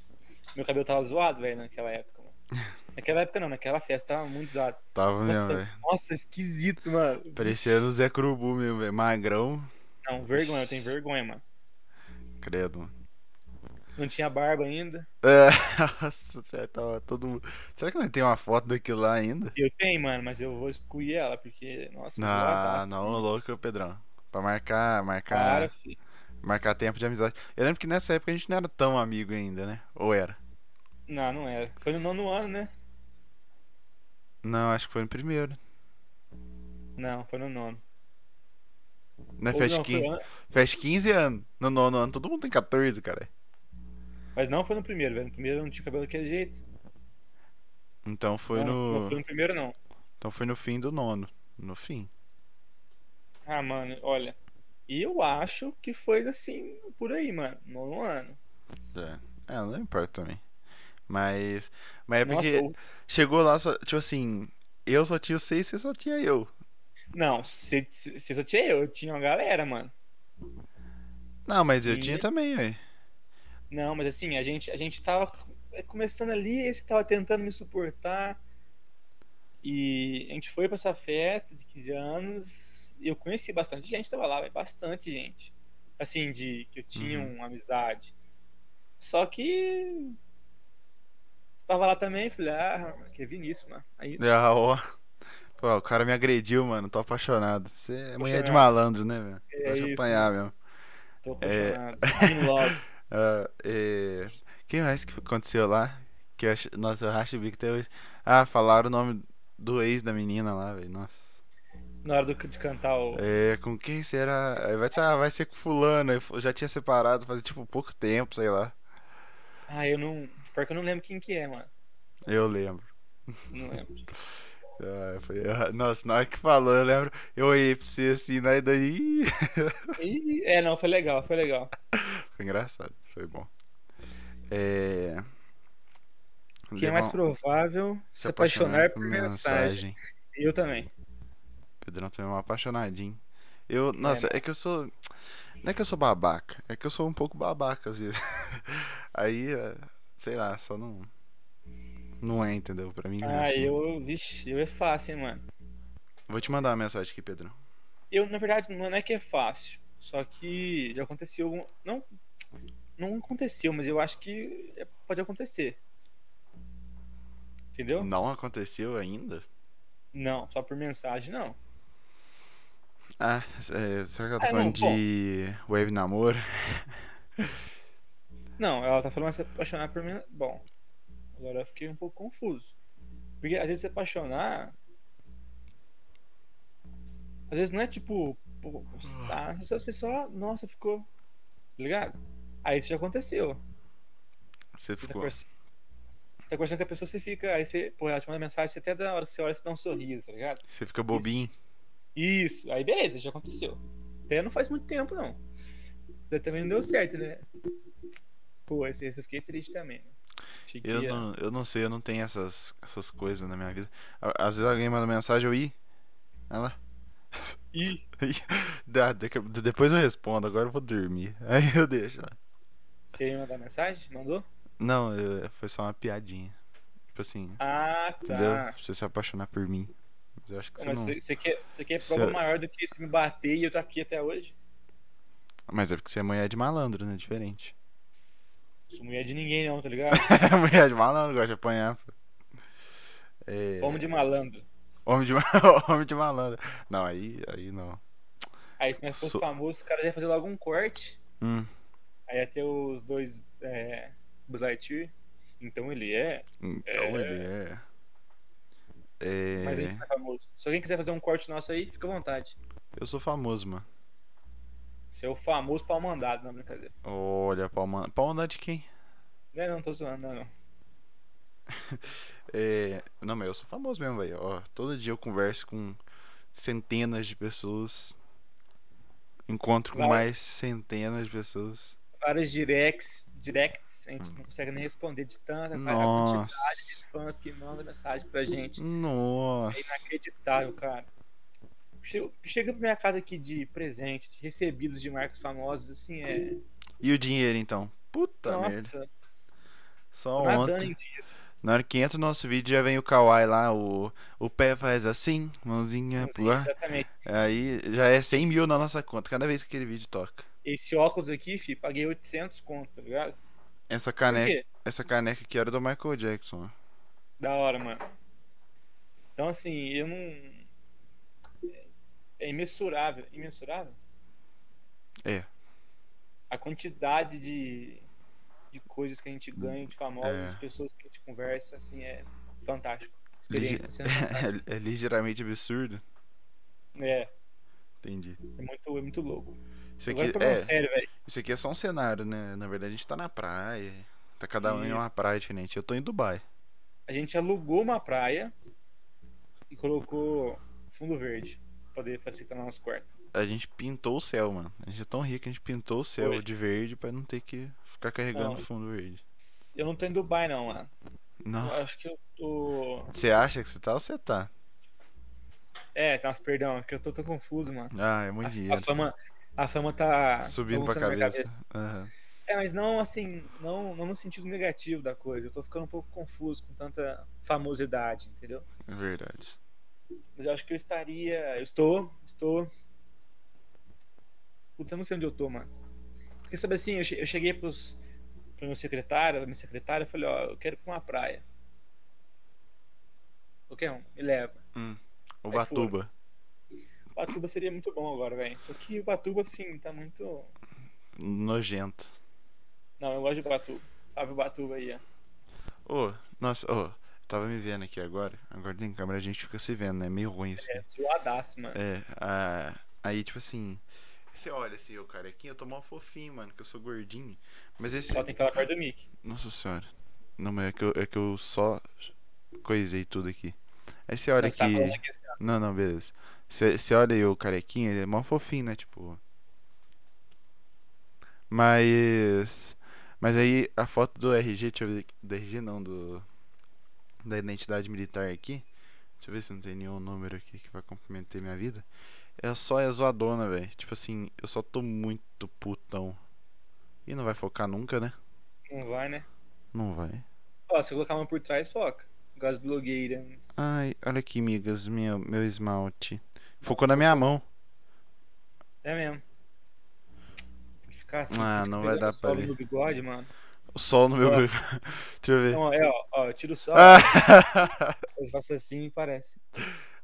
Meu cabelo tava zoado, velho, naquela época, mano. Naquela época não, naquela festa tava muito zoado.
Tava mesmo,
Nossa,
velho.
nossa, esquisito, mano.
Parecia o Zé Curubu mesmo, velho. Magrão.
Não, vergonha, eu tenho vergonha, mano.
Credo, mano.
Não tinha barba ainda.
É, nossa, sério, tava todo mundo. Será que não tem uma foto daquilo lá ainda?
Eu tenho, mano, mas eu vou excluir ela, porque, nossa,
Ah,
zoadaço.
não, louco, Pedrão. Pra marcar,
Cara,
marcar,
filho.
marcar tempo de amizade. Eu lembro que nessa época a gente não era tão amigo ainda, né? Ou era?
Não, não era. Foi no nono ano, né?
Não, acho que foi no primeiro.
Não, foi no nono.
Né?
Ou
Fez,
não, foi
15,
an-
fez 15 anos. No nono ano, todo mundo tem 14, cara.
Mas não foi no primeiro, velho. No primeiro eu não tinha cabelo daquele jeito.
Então foi
não,
no.
não foi no primeiro, não.
Então foi no fim do nono. No fim.
Ah, mano, olha. E eu acho que foi assim, por aí, mano. Nono ano.
É, é não importa também. Mas. Mas é
Nossa,
porque
o-
chegou lá, só, tipo assim. Eu só tinha vocês, você só tinha eu.
Não, você só tinha eu, eu tinha uma galera, mano.
Não, mas eu
E-
tinha também, ué.
Não, mas assim, a gente, a gente tava é, começando ali, esse tava tentando me suportar. E a gente foi pra essa festa de 15 anos. e Eu conheci bastante gente, tava lá, velho, bastante gente. Assim, de que eu tinha
Uhum.
uma amizade. Só que. Você tava lá também, eu falei, ah, mano, que é Vinícius, mano. Aí,
Ah, ó. Pô, o cara me agrediu, mano. Tô apaixonado. Você é mulher de
Apaixonado.
malandro, né, velho?
É
Vai te
isso,
apanhar mesmo.
tô
É.
apaixonado. Vim logo.
Ah, é... Quem mais que aconteceu lá? Que eu ach... Nossa, eu racho o bico até hoje. Ah, falaram o nome do ex da menina lá, velho. Nossa.
Na hora do- de cantar o.
É, com quem será? Aí Vai, ser- ah, vai ser com fulano. aí Eu já tinha separado faz tipo pouco tempo, sei lá.
Ah, eu não. Pior que eu não lembro quem que é, mano.
Eu lembro.
Não lembro.
Ah, eu falei, ah, nossa, na hora que falou, eu lembro. Eu olhei pra você assim, né, e daí.
Ih, É, não, foi legal, foi legal.
Foi engraçado, foi bom. É.
Quem é mais
Levar um-
provável se apaixonar é por mensagem? Eu também.
Pedrão também é um apaixonadinho. Eu, nossa, é que eu sou. Não é que eu sou babaca, é que eu sou um pouco babaca às vezes. Aí, eh, sei lá, só não. Não é, entendeu? Pra mim não é.
Ah,
assim.
eu, vixe, eu é fácil, hein, mano.
Vou te mandar uma mensagem aqui, Pedrão.
Eu, na verdade, não é que é fácil. Só que já aconteceu. algum- Não, não aconteceu, mas eu acho que é- pode acontecer. Entendeu?
Não aconteceu ainda?
Não, só por mensagem, não.
Ah, eh, será que ela tá
Ah, não,
falando de web namoro?
Não, ela tá falando se apaixonar por mim. Bom, agora eu fiquei um pouco confuso. Porque às vezes se apaixonar. Às vezes não é tipo. pô, postar, Você só, você só. Nossa, ficou. Tá ligado? Aí isso já aconteceu. Você
Você
tá,
ficou.
conversa- você tá conversando com a pessoa, você fica. Aí você. Pô, ela te manda mensagem, você até da hora que você olha, você dá um sorriso, tá ligado?
Você fica bobinho?
Isso, aí beleza, já aconteceu. Até não faz muito tempo, não. Mas também não deu certo, né? Pô, esse, esse eu fiquei triste também. né? Achei que
Eu
ia-
não, eu não sei, eu não tenho essas, essas coisas na minha vida. À- Às vezes alguém manda mensagem, eu ih. Olha lá.
Ih,
Da- daqui a- Depois eu respondo, agora eu vou dormir. Aí eu deixo lá.
você ia mandar mensagem? Mandou?
Não, eu- foi só uma piadinha. Tipo assim,
Ah,
entendeu?
tá.
Pra você se apaixonar por mim. Mas eu acho que
Não,
você
mas
não.
você você quer, você quer
Você-
prova maior do que se me bater e eu tô aqui até hoje?
Mas é porque você é mulher de malandro, né? Diferente.
Sou mulher de ninguém, não, tá ligado?
mulher de malandro gosta de apanhar, pô. É,
Homem de malandro.
homem, de... ma- homem de malandro. Não, aí, aí não.
Aí se nós fosse
Sou-
famoso, os caras iam fazer logo um corte.
Hum.
Aí ia ter os dois é, Buzz Lightyear. Então ele é.
Então ele é. É.
Mas a gente não é famoso. Se alguém quiser fazer um corte nosso aí, fica à vontade.
Eu sou famoso, mano.
Você é o famoso pau mandado, não brincadeira.
Olha, pau man- pau andar de quem?
Não é não, tô zoando, não, é não.
É. Não, mas eu sou famoso mesmo, velho. Ó, todo dia eu converso com centenas de pessoas. Encontro com
Vai.
mais centenas de pessoas.
Vários directs, directs, a gente não consegue nem responder de tanta cara, a quantidade
Nossa.
de fãs que mandam mensagem pra gente. É
Nossa.
inacreditável, cara. Chega, chega pra minha casa aqui de presente, de recebidos de marcas famosas, assim, é.
E o dinheiro então? Puta merda.
Nossa, Tá
Só
tô nadando
ontem.
em dia.
Na hora que entra o nosso vídeo já vem o Kawaii lá, o, o pé faz assim, mãozinha pro ar.
Exatamente.
Aí já é 100 mil na nossa conta, cada vez que aquele vídeo toca.
Esse óculos aqui, fi, paguei 800 conto, tá ligado?
Essa
Por
caneca,
quê?
essa caneca aqui era do Michael Jackson. ó.
Da hora, mano. Então, assim, eu não. é- É imensurável. Imensurável?
É.
A quantidade de, de coisas que a gente ganha de
É.
famosos, de pessoas que a gente conversa, assim, é fantástico. A Experiência tá sendo fantástica.
É, é ligeiramente absurdo.
É,
Entendi.
é muito, é muito louco.
Isso
Agora
aqui,
foi
é,
sério, velho.
isso aqui é só um cenário, né? Na verdade a gente tá na praia. Tá cada um em uma
Isso.
praia diferente. Eu tô em Dubai.
A gente alugou uma praia e colocou fundo verde. pra Poder parecer que tá no nosso quarto.
A gente pintou o céu, mano. A gente é tão rico que a gente pintou o céu
Foi.
de verde pra não ter que ficar carregando
Não.
fundo verde.
Eu não tô em Dubai, não, mano. Eu
Não.
acho que eu tô.
Você acha que você tá ou você tá?
É, nossa, perdão, é que eu tô tão confuso, mano.
Ah, é muito
A, a
dinheiro.
fama, a fama tá
Subindo pra
bagunçando a minha
cabeça. Aham.
É, mas não assim, não, não no sentido negativo da coisa. Eu tô ficando um pouco confuso com tanta famosidade, entendeu?
É verdade.
Mas eu acho que eu estaria, eu estou, estou. Putz, eu não sei onde eu tô, mano. Porque sabe assim, eu che- eu cheguei pros pro meu secretário, minha secretária, eu falei, ó, eu quero ir pra uma praia. Qualquer um, me leva.
O Batuba.
Batuba seria muito bom agora, velho. Só que o Batuba, assim, tá muito.
Nojento.
Não, eu gosto de Batuba. Salve o Batuba aí, ó.
É. Ô, nossa, ô, tava me vendo aqui agora. Agora tem câmera, a gente fica se vendo, né? Meio ruim isso.
É, zoadaço, mano.
É, a- aí tipo assim. Você olha assim, ô carequinho, eu tô mó fofinho, mano, que eu sou gordinho. Mas esse.
Só tem que falar perto do Mickey.
Nossa senhora. Não, mas é que eu, é que eu só coisei tudo aqui. Aí você olha
Não, você tá
aqui.
falando aqui, assim, ó.
Não, não, beleza. Você você olha aí o carequinho, ele é mó fofinho, né? Tipo. Mas. Mas aí a foto do RG, deixa eu ver. aqui- Do RG não, do. Da identidade militar aqui. Deixa eu ver se não tem nenhum número aqui que vai comprometer minha vida. É só é zoadona, velho. Tipo assim, eu só tô muito putão. E não vai focar nunca, né?
Não vai, né?
Não vai.
Ó, se eu colocar uma por trás, foca. Igual as blogueiras.
Ai, olha aqui, migas, minha, meu esmalte. Focou na minha mão.
É mesmo. Tem que ficar assim.
Ah,
tem que
não
pegar
vai dar
o sol
pra ver.
no bigode, mano.
O sol no meu.
Ó.
Deixa eu ver.
Não, ó, é, ó, ó, eu tiro o sol,
Ah!
mas faço assim e parece.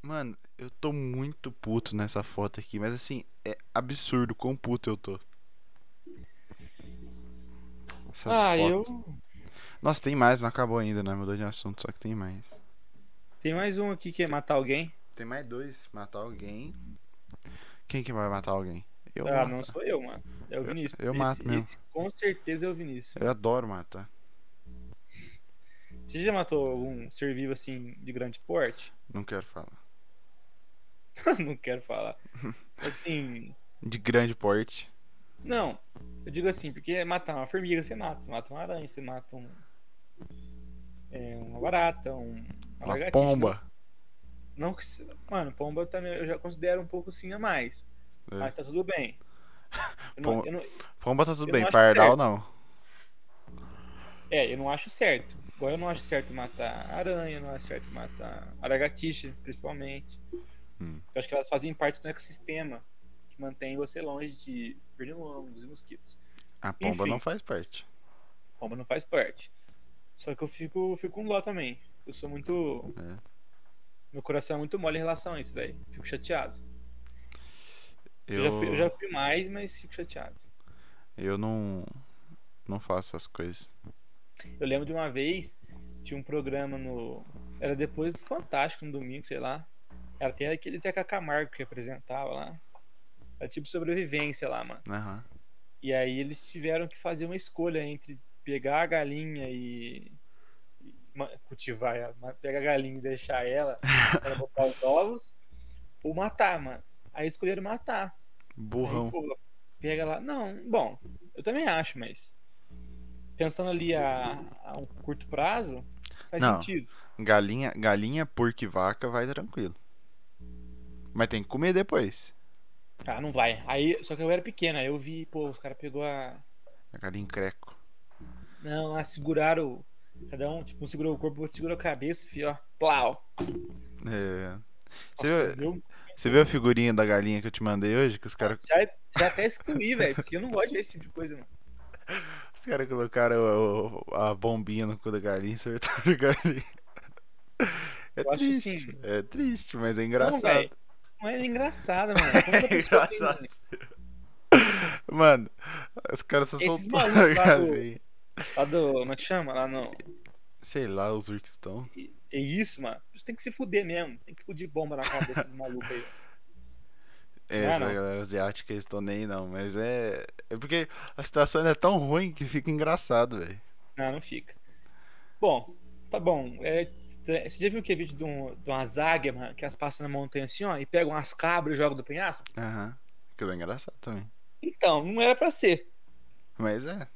Mano, eu tô muito puto nessa foto aqui, mas assim, é absurdo quão puto eu tô. Essas
ah,
fotos.
eu.
Nossa, tem mais, não acabou ainda, né? Mudou de assunto, só que tem mais.
Tem mais um aqui que é matar alguém.
Tem mais dois, matar alguém. Quem que vai matar alguém? Eu
ah,
mato.
não sou eu, mano. É o Vinícius.
eu
esse,
mato mesmo.
esse com certeza é o Vinícius.
Eu adoro matar.
Você já matou algum ser vivo assim de grande porte?
Não quero falar.
não quero falar. Assim,
De grande porte.
não. Eu digo assim, porque matar uma formiga você mata. Você mata uma aranha, você mata um. é, uma barata, um.
Uma
lagartixa.
pomba.
Não, que se- mano, pomba eu também eu já considero um pouco assim a mais.
É.
Mas tá tudo bem. Eu não-
Pomba-
eu não-
Pomba tá tudo
Eu
bem,
não acho
pardal
certo.
não.
É, eu não acho certo. Igual eu não acho certo matar aranha, não acho certo matar aragatixa, principalmente.
Hum.
Eu acho que elas fazem parte do ecossistema que mantém você longe de pernilongos e mosquitos.
A pomba
Enfim.
não faz parte.
Pomba não faz parte. Só que eu fico, fico com dó também. Eu sou muito.
É.
Meu coração é muito mole em relação a isso, velho. Fico chateado.
Eu,
já fui, eu já fui mais, mas fico chateado.
eu não não faço essas coisas.
Eu lembro de uma vez, tinha um programa no. Era depois do Fantástico, no domingo, sei lá. Era até aquele Zeca Camargo que apresentava lá. Era tipo sobrevivência lá, mano.
Aham.
E aí eles tiveram que fazer uma escolha entre pegar a galinha e. e ma- cultivar ela. ma- Pegar a galinha e deixar ela pra botar os ovos. Ou matar, mano. Aí escolheram matar. Aí,
Burrão.
pô, pega lá. Não, bom, eu também acho, mas. Pensando ali a, a um curto prazo, faz
Não.
sentido.
Galinha, galinha, porco e vaca vai tranquilo. Mas tem que comer depois.
Ah, não vai. Aí, só que eu era pequena, eu vi, pô, os caras pegou a.
A galinha em creco.
Não, a seguraram. o- Cada um, tipo, um segurou o corpo, outro segurou a cabeça, fio, ó. Plau!
É. Você
Nossa,
viu-
viu?
Você viu a figurinha da galinha que eu te mandei hoje? Que os caras
Já, já até excluí, velho, porque eu não gosto de ver esse tipo de coisa, mano.
os cara colocaram o- o- a bombinha no cu da galinha e acertaram a galinha. É
Eu acho
triste.
assim-
É triste, mas é
Não,
engraçado.
velho. Não é engraçado, mano. Como que a
É
pessoa tem,
engraçado.
mano?
Mano, os caras só
Esses
soltaram a
malucos lá do-
galinha.
Lá do. Como é que chama? Lá no.
Sei lá, os Urquistão.
É isso, mano. Isso tem que se fuder mesmo. Tem que explodir bomba na cabeça desses malucos aí.
É,
Ah,
Essa
não.
galera asiática, eles estão nem aí, não. Mas é. É porque a situação ainda é tão ruim que fica engraçado, velho.
Não, não fica. Bom, tá bom. É, você já viu que vídeo de, um, de umas águias, mano, que elas passam na montanha assim, ó, e pegam umas cabras e jogam do penhasco?
Aham. Aquilo é engraçado também.
Então, não era pra ser.
Mas é.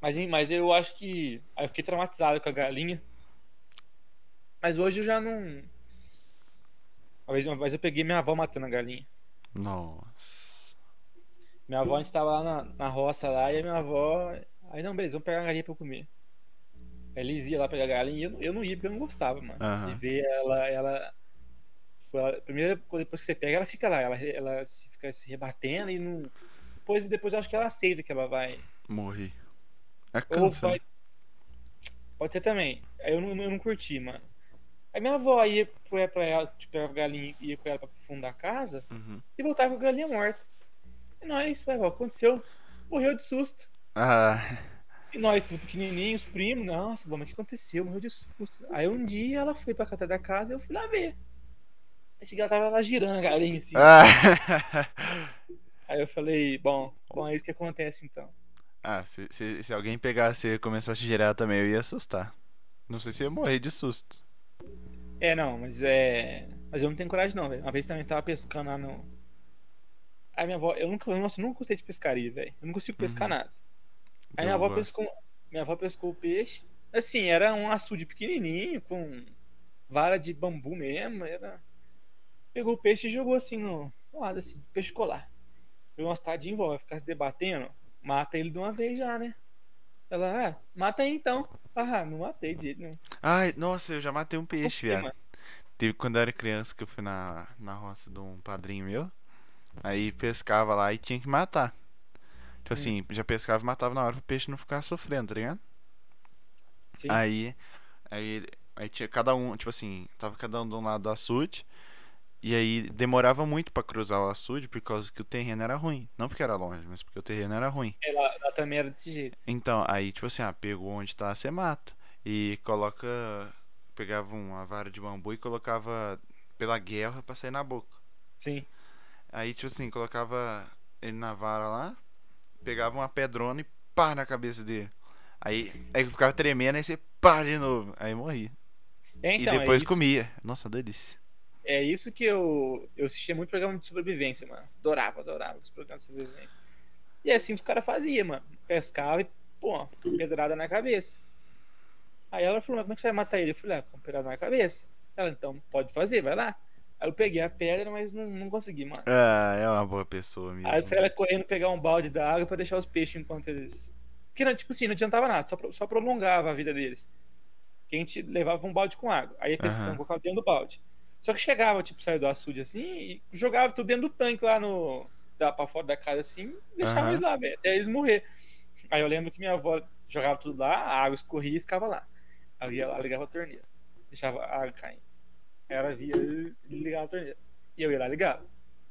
Mas, hein, mas eu acho que. Aí eu fiquei traumatizado com a galinha. Mas hoje eu já não. Uma vez, uma vez eu peguei minha avó matando a galinha.
Nossa.
Minha avó, a gente tava lá na, na roça lá, e a minha avó. Aí não, beleza, vamos pegar a galinha pra eu comer. Aí eles iam lá pegar a galinha e eu, não- eu não ia porque eu não gostava, mano.
Aham.
De ver ela. ela, tipo, ela primeiro, depois que você pega, ela fica lá, ela, re- ela se, fica se rebatendo e não. Depois, depois eu acho que ela aceita que ela vai.
Morri. É
Ou
câncer.
vai. Pode ser também. Aí eu não, eu não curti, mano. Aí minha avó ia pra, pra ela, tipo, pegava a galinha ia com ela pra fundo da casa
Uhum.
e voltava com a galinha morta. E nós, vai, vó, aconteceu. Morreu de susto.
Ah.
E nós, tudo pequenininhos, primos, nossa, bom, mas o que aconteceu? Morreu de susto. Aí um dia ela foi pra catar da casa e eu fui lá ver. Aí cheguei, ela tava lá girando a galinha assim.
É? Ah,
Aí eu falei, bom, bom, é isso que acontece então.
Ah, se, se, se alguém pegasse e começasse a girar também, eu ia assustar. Não sei se eu ia morrer de susto.
É, não, mas é. Mas eu não tenho coragem não, velho. Uma vez também tava pescando lá no. Aí minha avó, eu nunca, nossa, eu nunca gostei de pescaria, velho. Eu não consigo pescar nada. Aí minha
É, Eu
avó
gosto.
pescou. Minha avó pescou o peixe. Assim, era um açude pequenininho, com vara de bambu mesmo. Era... Pegou o peixe e jogou assim no no lado, assim, o peixe ficou lá. Deu umas tadinhas, vó, vai ficar se debatendo. Mata ele de uma vez já, né? Ela, ah, mata aí então. Ah, não matei de jeito nenhum.
Ai, nossa, eu já matei um peixe,
Por quê,
viado.
mano?
Teve quando eu era criança que eu fui na, na roça de um padrinho meu. Aí pescava lá e tinha que matar.
Hum.
Tipo assim, já pescava e matava na hora pro peixe não ficar sofrendo, tá ligado?
Sim.
Aí, aí, aí tinha cada um, tipo assim, tava cada um de um lado do açude. E aí demorava muito pra cruzar o açude por causa que o terreno era ruim. Não porque era longe, mas porque o terreno era ruim.
Ela, ela também era desse jeito.
Então, aí tipo assim, ah, pegou onde tá, você mata. E coloca. Pegava uma vara de bambu e colocava pela guerra pra sair na boca.
Sim.
Aí, tipo assim, colocava ele na vara lá, pegava uma pedrona e pá na cabeça dele. Aí, aí eu ficava tremendo, aí você pá de novo. Aí morri.
É, então,
e depois
é isso.
comia. Nossa, delícia.
É isso que eu. Eu assistia muito programa de sobrevivência, mano. Adorava, adorava os programas de sobrevivência. E é assim que os caras faziam, mano. Pescava e, pô, pedrada na cabeça. Aí ela falou, mas como é que você vai matar ele? Eu falei, ah, com pedrada na cabeça. Ela, então, pode fazer, vai lá. Aí eu peguei a pedra, mas não, não consegui, mano.
Ah, é uma boa pessoa mesmo.
Aí eu saí ela correndo pegar um balde da água pra deixar os peixes enquanto eles. Porque, não, tipo assim, não adiantava nada, só, pro- só prolongava a vida deles. Que a gente levava um balde com água. Aí ia pescando,
Aham.
colocava dentro do balde. Só que chegava, tipo, saiu do açude assim e jogava tudo dentro do tanque lá no. Da, pra fora da casa assim, e deixava
Aham.
eles lá, velho, até eles morrer. Aí eu lembro que minha avó jogava tudo lá, a água escorria e escava lá. Aí eu ia lá, ligava a torneira. Deixava a água caindo. Aí ela via e ligava a torneira. E eu ia lá ligava.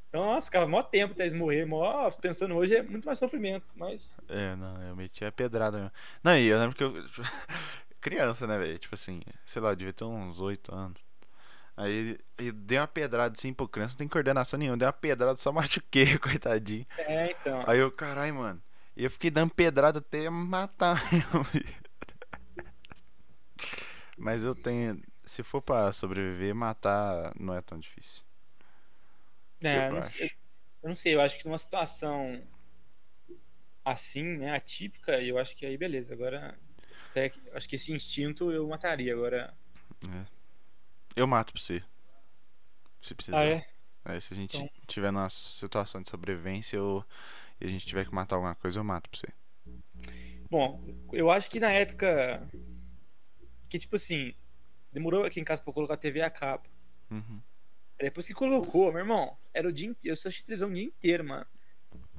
Então, nossa, ficava mó tempo até eles morrer, mó. Pensando hoje é muito mais sofrimento, mas.
É, não, eu meti a pedrada mesmo. Não, e eu lembro que eu. Criança, né, velho? Tipo assim, sei lá, eu devia ter uns 8 anos. Aí eu dei uma pedrada assim, pô, criança não tem coordenação nenhuma. Dei uma pedrada, só machuquei, coitadinho.
É, então.
Aí eu, carai, mano. E eu fiquei dando pedrada até matar mesmo. Mas eu tenho. Se for pra sobreviver, matar não é tão difícil.
É,
eu
eu, não
acho.
sei, eu não sei, eu acho que numa situação assim, né, atípica, eu acho que aí beleza. Agora, até que- eu acho que esse instinto eu mataria. Agora.
Eu mato pra você. Se precisar.
Ah, é?
Aí se a gente
Então.
tiver numa situação de sobrevivência eu... e a gente tiver que matar alguma coisa, eu mato pra você.
Bom, eu acho que na época. Que tipo assim, demorou aqui em casa pra eu colocar a TV a cabo.
Uhum.
Depois que colocou, meu irmão, era o dia inteiro. Eu só assistia televisão o dia inteiro, mano.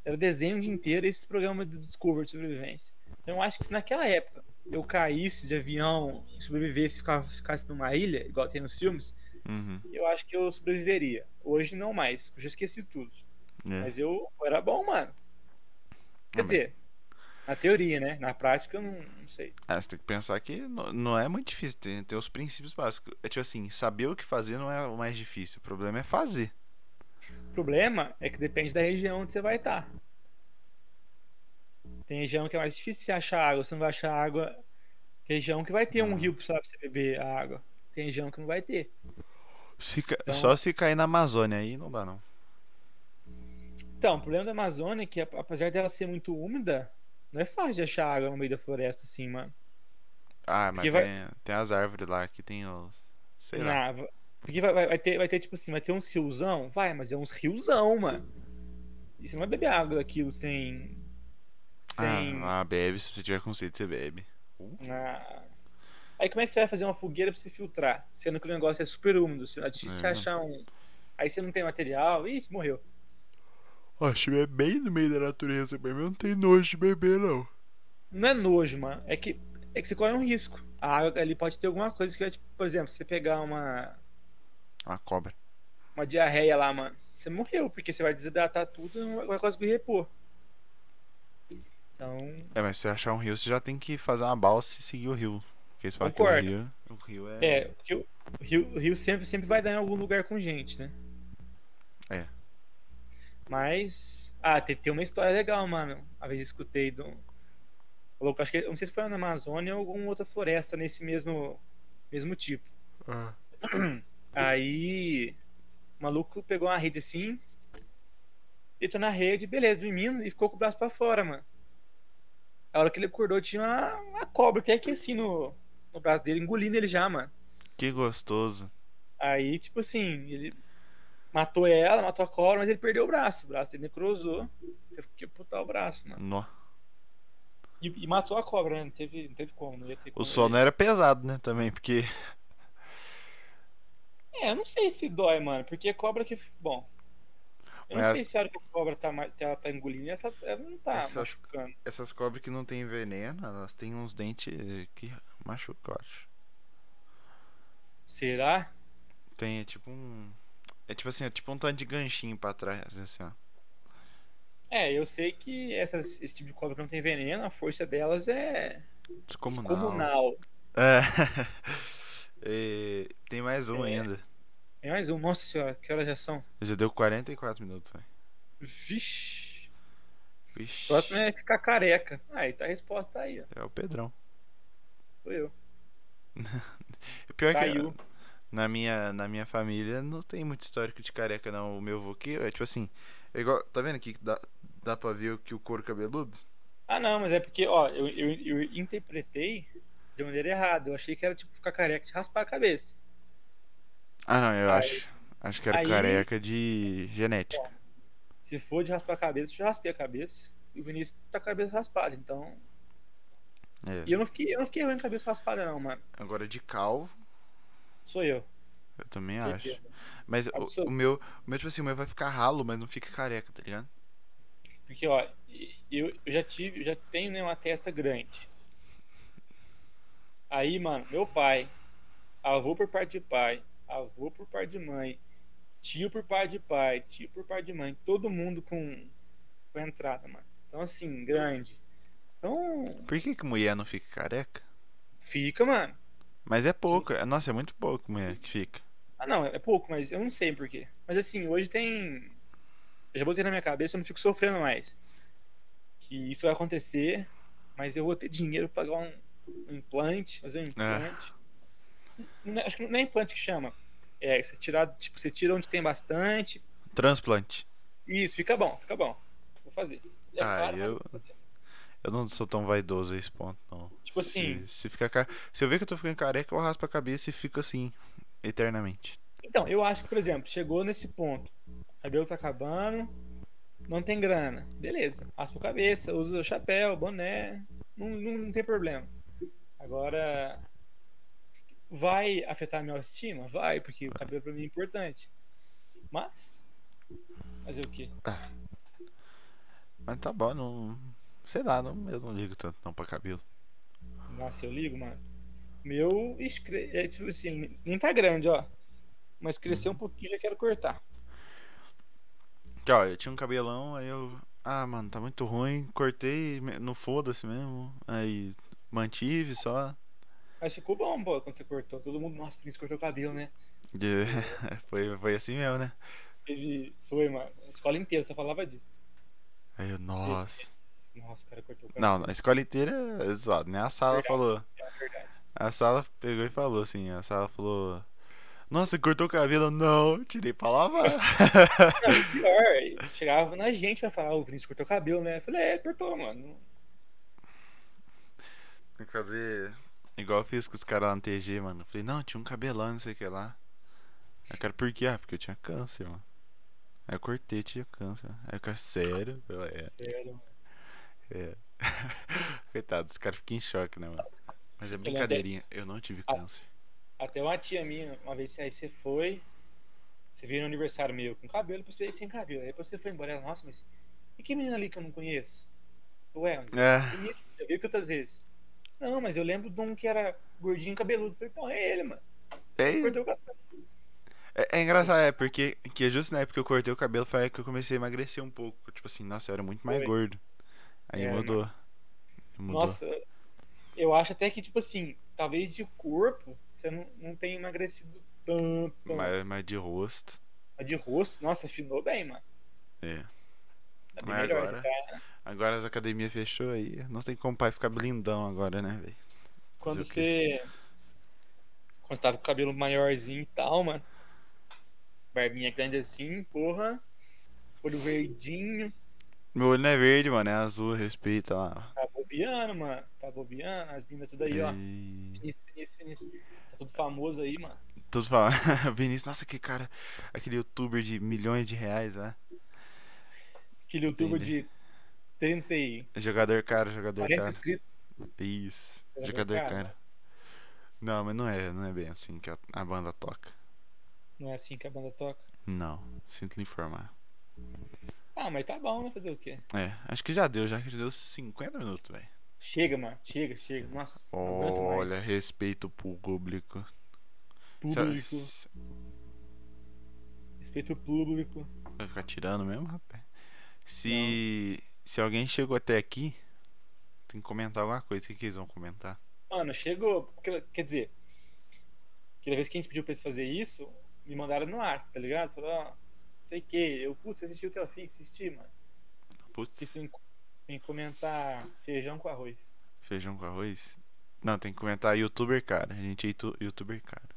Era desenho o dia inteiro esses programas do Discovery de sobrevivência. Então eu acho que se naquela época eu caísse de avião, sobrevivesse, ficava- ficasse numa ilha, igual tem nos filmes,
Uhum.
eu acho que eu sobreviveria. Hoje não mais, eu já esqueci tudo.
É.
Mas eu eu era bom, mano. Quer
Ah, mas-
dizer, na teoria, né? Na prática eu não, não sei.
Ah, você tem que pensar que no- não é muito difícil, tem, tem os princípios básicos. É tipo assim, saber o que fazer não é o mais difícil, o problema é fazer.
O problema é que depende da região onde você vai estar. Tem região que é mais difícil você achar água, você não vai achar água. Tem região que vai ter
Uhum.
um rio pra você beber a água. Tem região que não vai ter.
Se ca-
Então-
Só se cair na Amazônia aí não dá não.
Então, o problema da Amazônia é que, ap- apesar dela ser muito úmida, não é fácil de achar água no meio da floresta assim, mano.
Ah, mas
Porque
tem,
vai- Ah,
tem as árvores lá que tem os. Sei lá.
Na, va- porque vai, vai- vai ter, vai ter, tipo assim, vai ter uns riozão? Vai, mas é uns riozão, mano. E você não vai beber água daquilo sem. Sem.
Ah, ah, bebe, se você tiver com sede, você bebe.
Ah. Aí como é que você vai fazer uma fogueira pra se filtrar? Sendo que o negócio é super úmido. se- É difícil você
É.
achar um. Aí você não tem material. Ih, você morreu.
Ó, se tiver é bem no meio da natureza mesmo, eu não tenho nojo de beber não.
Não é nojo, mano. É que, é que você corre um risco. A água ali pode ter alguma coisa que vai, tipo, por exemplo, você pegar uma,
Uma cobra.
uma diarreia lá, mano. Você morreu, porque você vai desidratar tudo e é não vai conseguir repor. Então,
É, mas se você achar um rio, você já tem que fazer uma balsa e seguir o rio. Porque eles falam que o
Concordo.
rio. O rio é.
é, porque o o rio, o rio sempre, sempre vai dar em algum lugar com gente, né?
É.
Mas. Ah, tem, tem uma história legal, mano. Uma vez eu escutei do. Falou, que- acho que. eu Não sei se foi na Amazônia ou alguma outra floresta nesse mesmo, mesmo tipo.
Ah.
Aí. O maluco pegou uma rede assim. Deitou na rede, beleza, dormindo e ficou com o braço pra fora, mano. A hora que ele acordou tinha uma, uma cobra até aqui assim no, no braço dele, engolindo ele já, mano.
Que gostoso.
Aí, tipo assim, ele matou ela, matou a cobra, mas ele perdeu o braço. O braço dele necrosou. Teve que amputar o braço, mano.
Nó.
E, e matou a cobra, né? Não teve, não teve como, não ia ter como.
O sol não era pesado, né? Também, porque.
É, eu não sei se dói, mano, porque a cobra que. Bom. Eu não
Mas-
sei se a hora que a cobra tá, ma- ela tá engolindo, ela, tá- ela não tá
Essas-
machucando.
Essas cobras que não tem veneno, elas têm uns dentes que machucam, eu acho.
Será?
Tem, é tipo um. É tipo assim, é tipo um tanto de ganchinho pra trás, assim, ó.
É, eu sei que essas- esse tipo de cobra que não tem veneno, a força delas é
Descomunal.
descomunal.
É. E tem mais
É.
um ainda.
Tem mais um. Nossa senhora, que horas já são?
Já deu 44 minutos, velho.
Vixe. O
Vixe.
próximo é ficar careca. Aí tá a resposta aí, ó.
É o Pedrão.
Sou eu.
Pior é
Caiu.
que Na minha, na minha família não tem muito histórico de careca, não. O meu avô aqui é tipo assim. é igual, tá vendo aqui que dá, dá pra ver o que o couro cabeludo?
Ah, não, mas é porque, ó, eu, eu, eu interpretei de maneira errada. Eu achei que era tipo ficar careca de raspar a cabeça.
Ah, não, eu
Aí-
acho. Acho que era
aí-
careca de genética.
Se for de raspar a cabeça, eu já raspei a cabeça. E o Vinícius tá com a cabeça raspada, então.
É.
E eu não fiquei, eu não fiquei ruim com a cabeça raspada, não, mano.
Agora de calvo,
Sou eu.
eu também acho.
certeza.
Mas o,
Absoluto.
o meu, o meu, tipo assim, o meu vai ficar ralo, mas não fica careca, tá ligado?
Porque, ó, eu, eu já tive, eu já tenho né, uma testa grande. Aí, mano, meu pai, avô por parte de pai, avô por parte de mãe, tio por parte de pai, tio por parte de mãe, todo mundo com, com a entrada, mano. Então, assim, grande. Então,
Por que, que mulher não fica careca?
fica, mano.
Mas é pouco. é- Nossa, é muito pouco mulher que fica.
Ah, não, é pouco, mas eu não sei por quê. Mas, assim, hoje tem. Eu já botei na minha cabeça, eu não fico sofrendo mais. Que isso vai acontecer, mas eu vou ter dinheiro pra pagar um, um implante, fazer um implante. Não é- Acho que não é implante que chama. É, você tirar, tipo, você tira onde tem bastante.
Transplante.
Isso, fica bom, fica bom. Vou fazer. É
Ah,
caro, mas
eu-
vou fazer.
Eu não sou tão vaidoso a esse ponto, não.
Tipo
se,
assim-
Se, ficar ca- se eu ver que eu tô ficando careca, eu raspo a cabeça e fico assim, eternamente.
Então, eu acho que, por exemplo, chegou nesse ponto. O cabelo tá acabando, não tem grana. Beleza, raspa a cabeça, usa chapéu, boné, não, não, não tem problema. Agora, vai afetar a minha autoestima? Vai, porque o cabelo pra mim é importante. Mas, fazer o quê?
Mas tá bom, não. Sei lá, não, eu não ligo tanto não pra cabelo.
Nossa, eu ligo, mano. Meu, ixi, cre- é tipo assim, nem tá grande, ó. Mas crescer um pouquinho já quero cortar.
Que ó, eu tinha um cabelão, aí eu. Ah, mano, tá muito ruim. Cortei, me- no foda-se mesmo. Aí mantive só.
Mas ficou bom, pô, quando você cortou. Todo mundo, nossa, Vinícius cortou o cabelo, né?
De- foi, foi assim mesmo, né?
Teve. Foi, mano. A escola inteira só falava disso.
Aí eu, nossa.
Nossa, o cara cortou o cabelo.
Não, a escola inteira é zoado, né? A sala
Verdade.
falou.
É verdade.
A sala pegou e falou assim, a sala falou. Nossa, cortou o cabelo? Eu, Não, tirei pra lavar.
Não, e pior, chegava na gente pra falar, "Ô, o Vinícius cortou o cabelo, né? Eu falei, é, cortou, mano.
Tem que fazer. Igual eu fiz com os caras lá no TG, mano. Eu Falei, não, tinha um cabelão, não sei o que lá. Aí o cara, por quê? Ah, porque eu tinha câncer, mano. Aí eu cortei, tinha câncer. Aí o cara, sério? Eu, é.
Sério, mano.
Coitado, os caras ficam em choque, né, mano? Mas é
lembro
brincadeirinha, eu não tive
Ah.
câncer.
Até uma tia minha, uma vez aí você foi, você veio no aniversário meu com cabelo, depois você veio sem cabelo. Aí depois você foi embora. Ela, nossa, mas e que menina ali que eu não conheço? Ué, mas
É,
Vinícius, já viu que outras vezes? Não, mas eu lembro de um que era gordinho e cabeludo. Eu falei, então é ele, mano.
é,
Cortou o cabelo.
É, é engraçado, é, porque que justo na época que eu cortei o cabelo foi a época que eu comecei a emagrecer um pouco. Tipo assim, nossa, eu era muito mais
Foi.
gordo. Aí
É,
mudou. Mudou.
Nossa, eu acho até que, tipo assim, talvez de corpo você não, não tenha emagrecido tanto.
mas, mas de rosto.
Mas de rosto, nossa, afinou bem, mano.
É.
Tá bem
Mas
melhor.
agora-
já tá.
Agora as academias fechou aí. Não tem como o pai ficar blindão agora, né, velho?
Quando
Fazer o
você. Quando você tava com o cabelo maiorzinho e tal, mano. Barbinha grande assim, porra. Olho verdinho.
Meu olho não é verde, mano, é azul, respeita lá.
Tá bobeando, mano. Tá bobeando. As minas tudo aí, ó.
E-
Finíssimo, finíssimo, finíssimo. Tá tudo famoso aí, mano.
Tudo falando. Vinícius, nossa, que cara. Aquele youtuber de milhões de reais, né?
Aquele youtuber de 30 e
Jogador caro, jogador
40
caro.
inscritos.
Isso.
Jogador
Jogador
caro.
caro. Não, mas não é, não é bem assim que a- a banda toca.
Não é assim que a banda toca.
Não, sinto lhe informar.
Ah, mas tá bom, né? Fazer o quê?
É, acho que já deu, já que já deu 50 minutos, velho.
Chega, mano. Chega, chega. Nossa, não aguento mais.
Olha, respeito pro público.
Público.
Cê-
Respeito o público.
Vai ficar tirando mesmo, rapaz? Se, se alguém chegou até aqui, tem que comentar alguma coisa. O que, que eles vão comentar?
Mano, chegou. porque- Quer dizer, aquela vez que a gente pediu pra eles fazer isso, me mandaram no ar, tá ligado? Falou, ó, sei que. Eu, putz, assisti até o fim, assisti, mano.
Putz,
Isso em, em um comentar feijão com arroz.
feijão com arroz? Não, tem que comentar youtuber cara. A gente é itu- youtuber cara.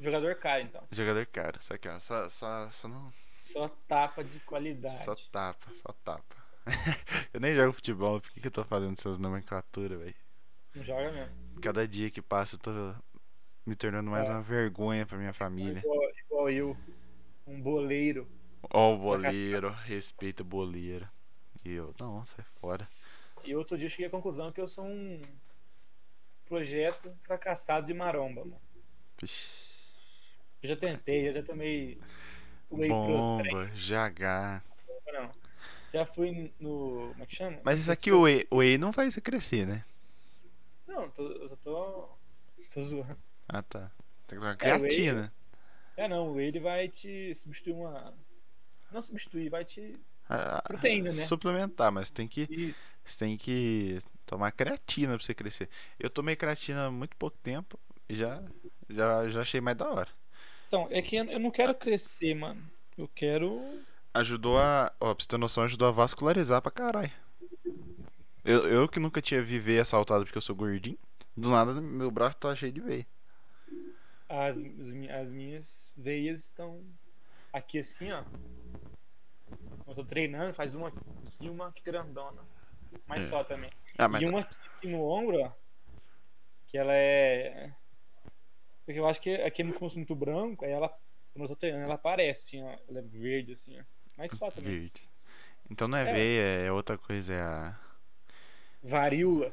Jogador caro, então.
Jogador caro, só que ó, só, só, só não.
Só tapa de qualidade.
Só tapa, só tapa. eu nem jogo futebol, por que, que eu tô fazendo essas nomenclaturas, velho?
Não joga mesmo.
Cada dia que passa eu tô me tornando mais
É.
uma vergonha pra minha família.
Igual, igual eu. Um boleiro.
Ó o boleiro, respeita o boleiro. E eu, não, sai fora.
E outro dia eu cheguei à conclusão que eu sou um projeto fracassado de maromba, mano.
Vixe.
Eu já tentei, eu já tomei whey protein,
Bomba, GH.
não. Já fui no. Como é que chama?
Mas isso aqui,
Nutrição-
o whey, o whey não faz você crescer, né?
Não, eu tô, eu tô. Tô zoando.
Ah, tá. Tem que tomar
É, whey-
creatina.
É não, o whey ele vai te substituir uma. Não substituir, vai te.
Ah,
Proteína, né?
Suplementar, mas tem que,
Isso.
você tem que tomar creatina pra você crescer. Eu tomei creatina há muito pouco tempo e já, já, já achei mais da hora.
Então, é que eu eu não quero crescer, mano. Eu quero.
Ajudou a. Ó, pra você ter noção, ajudou a vascularizar pra caralho. Eu, eu que nunca tinha viver assaltado porque eu sou gordinho. Do nada meu braço tá cheio de veia.
As, os mi- as minhas veias estão aqui assim, ó. Eu tô treinando, faz uma aqui e uma aqui grandona. Mas
É.
só também.
Ah, mas
E uma aqui assim, no ombro, ó. Que ela é. Porque eu acho que aqui é um curso muito branco, aí ela, quando eu tô treinando, ela aparece assim, ó. Ela é verde assim, ó. Mas só também.
tá verde. Então não é,
É.
veia, é outra coisa, é a
Varíola.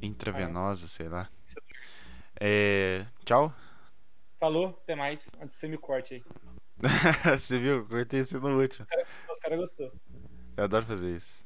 intravenosa, sei lá.
Isso é doença.
É. Tchau.
Falou, até mais. Antes que você me corte aí.
você viu? Cortei isso no último.
Os caras gostou.
Eu adoro fazer isso.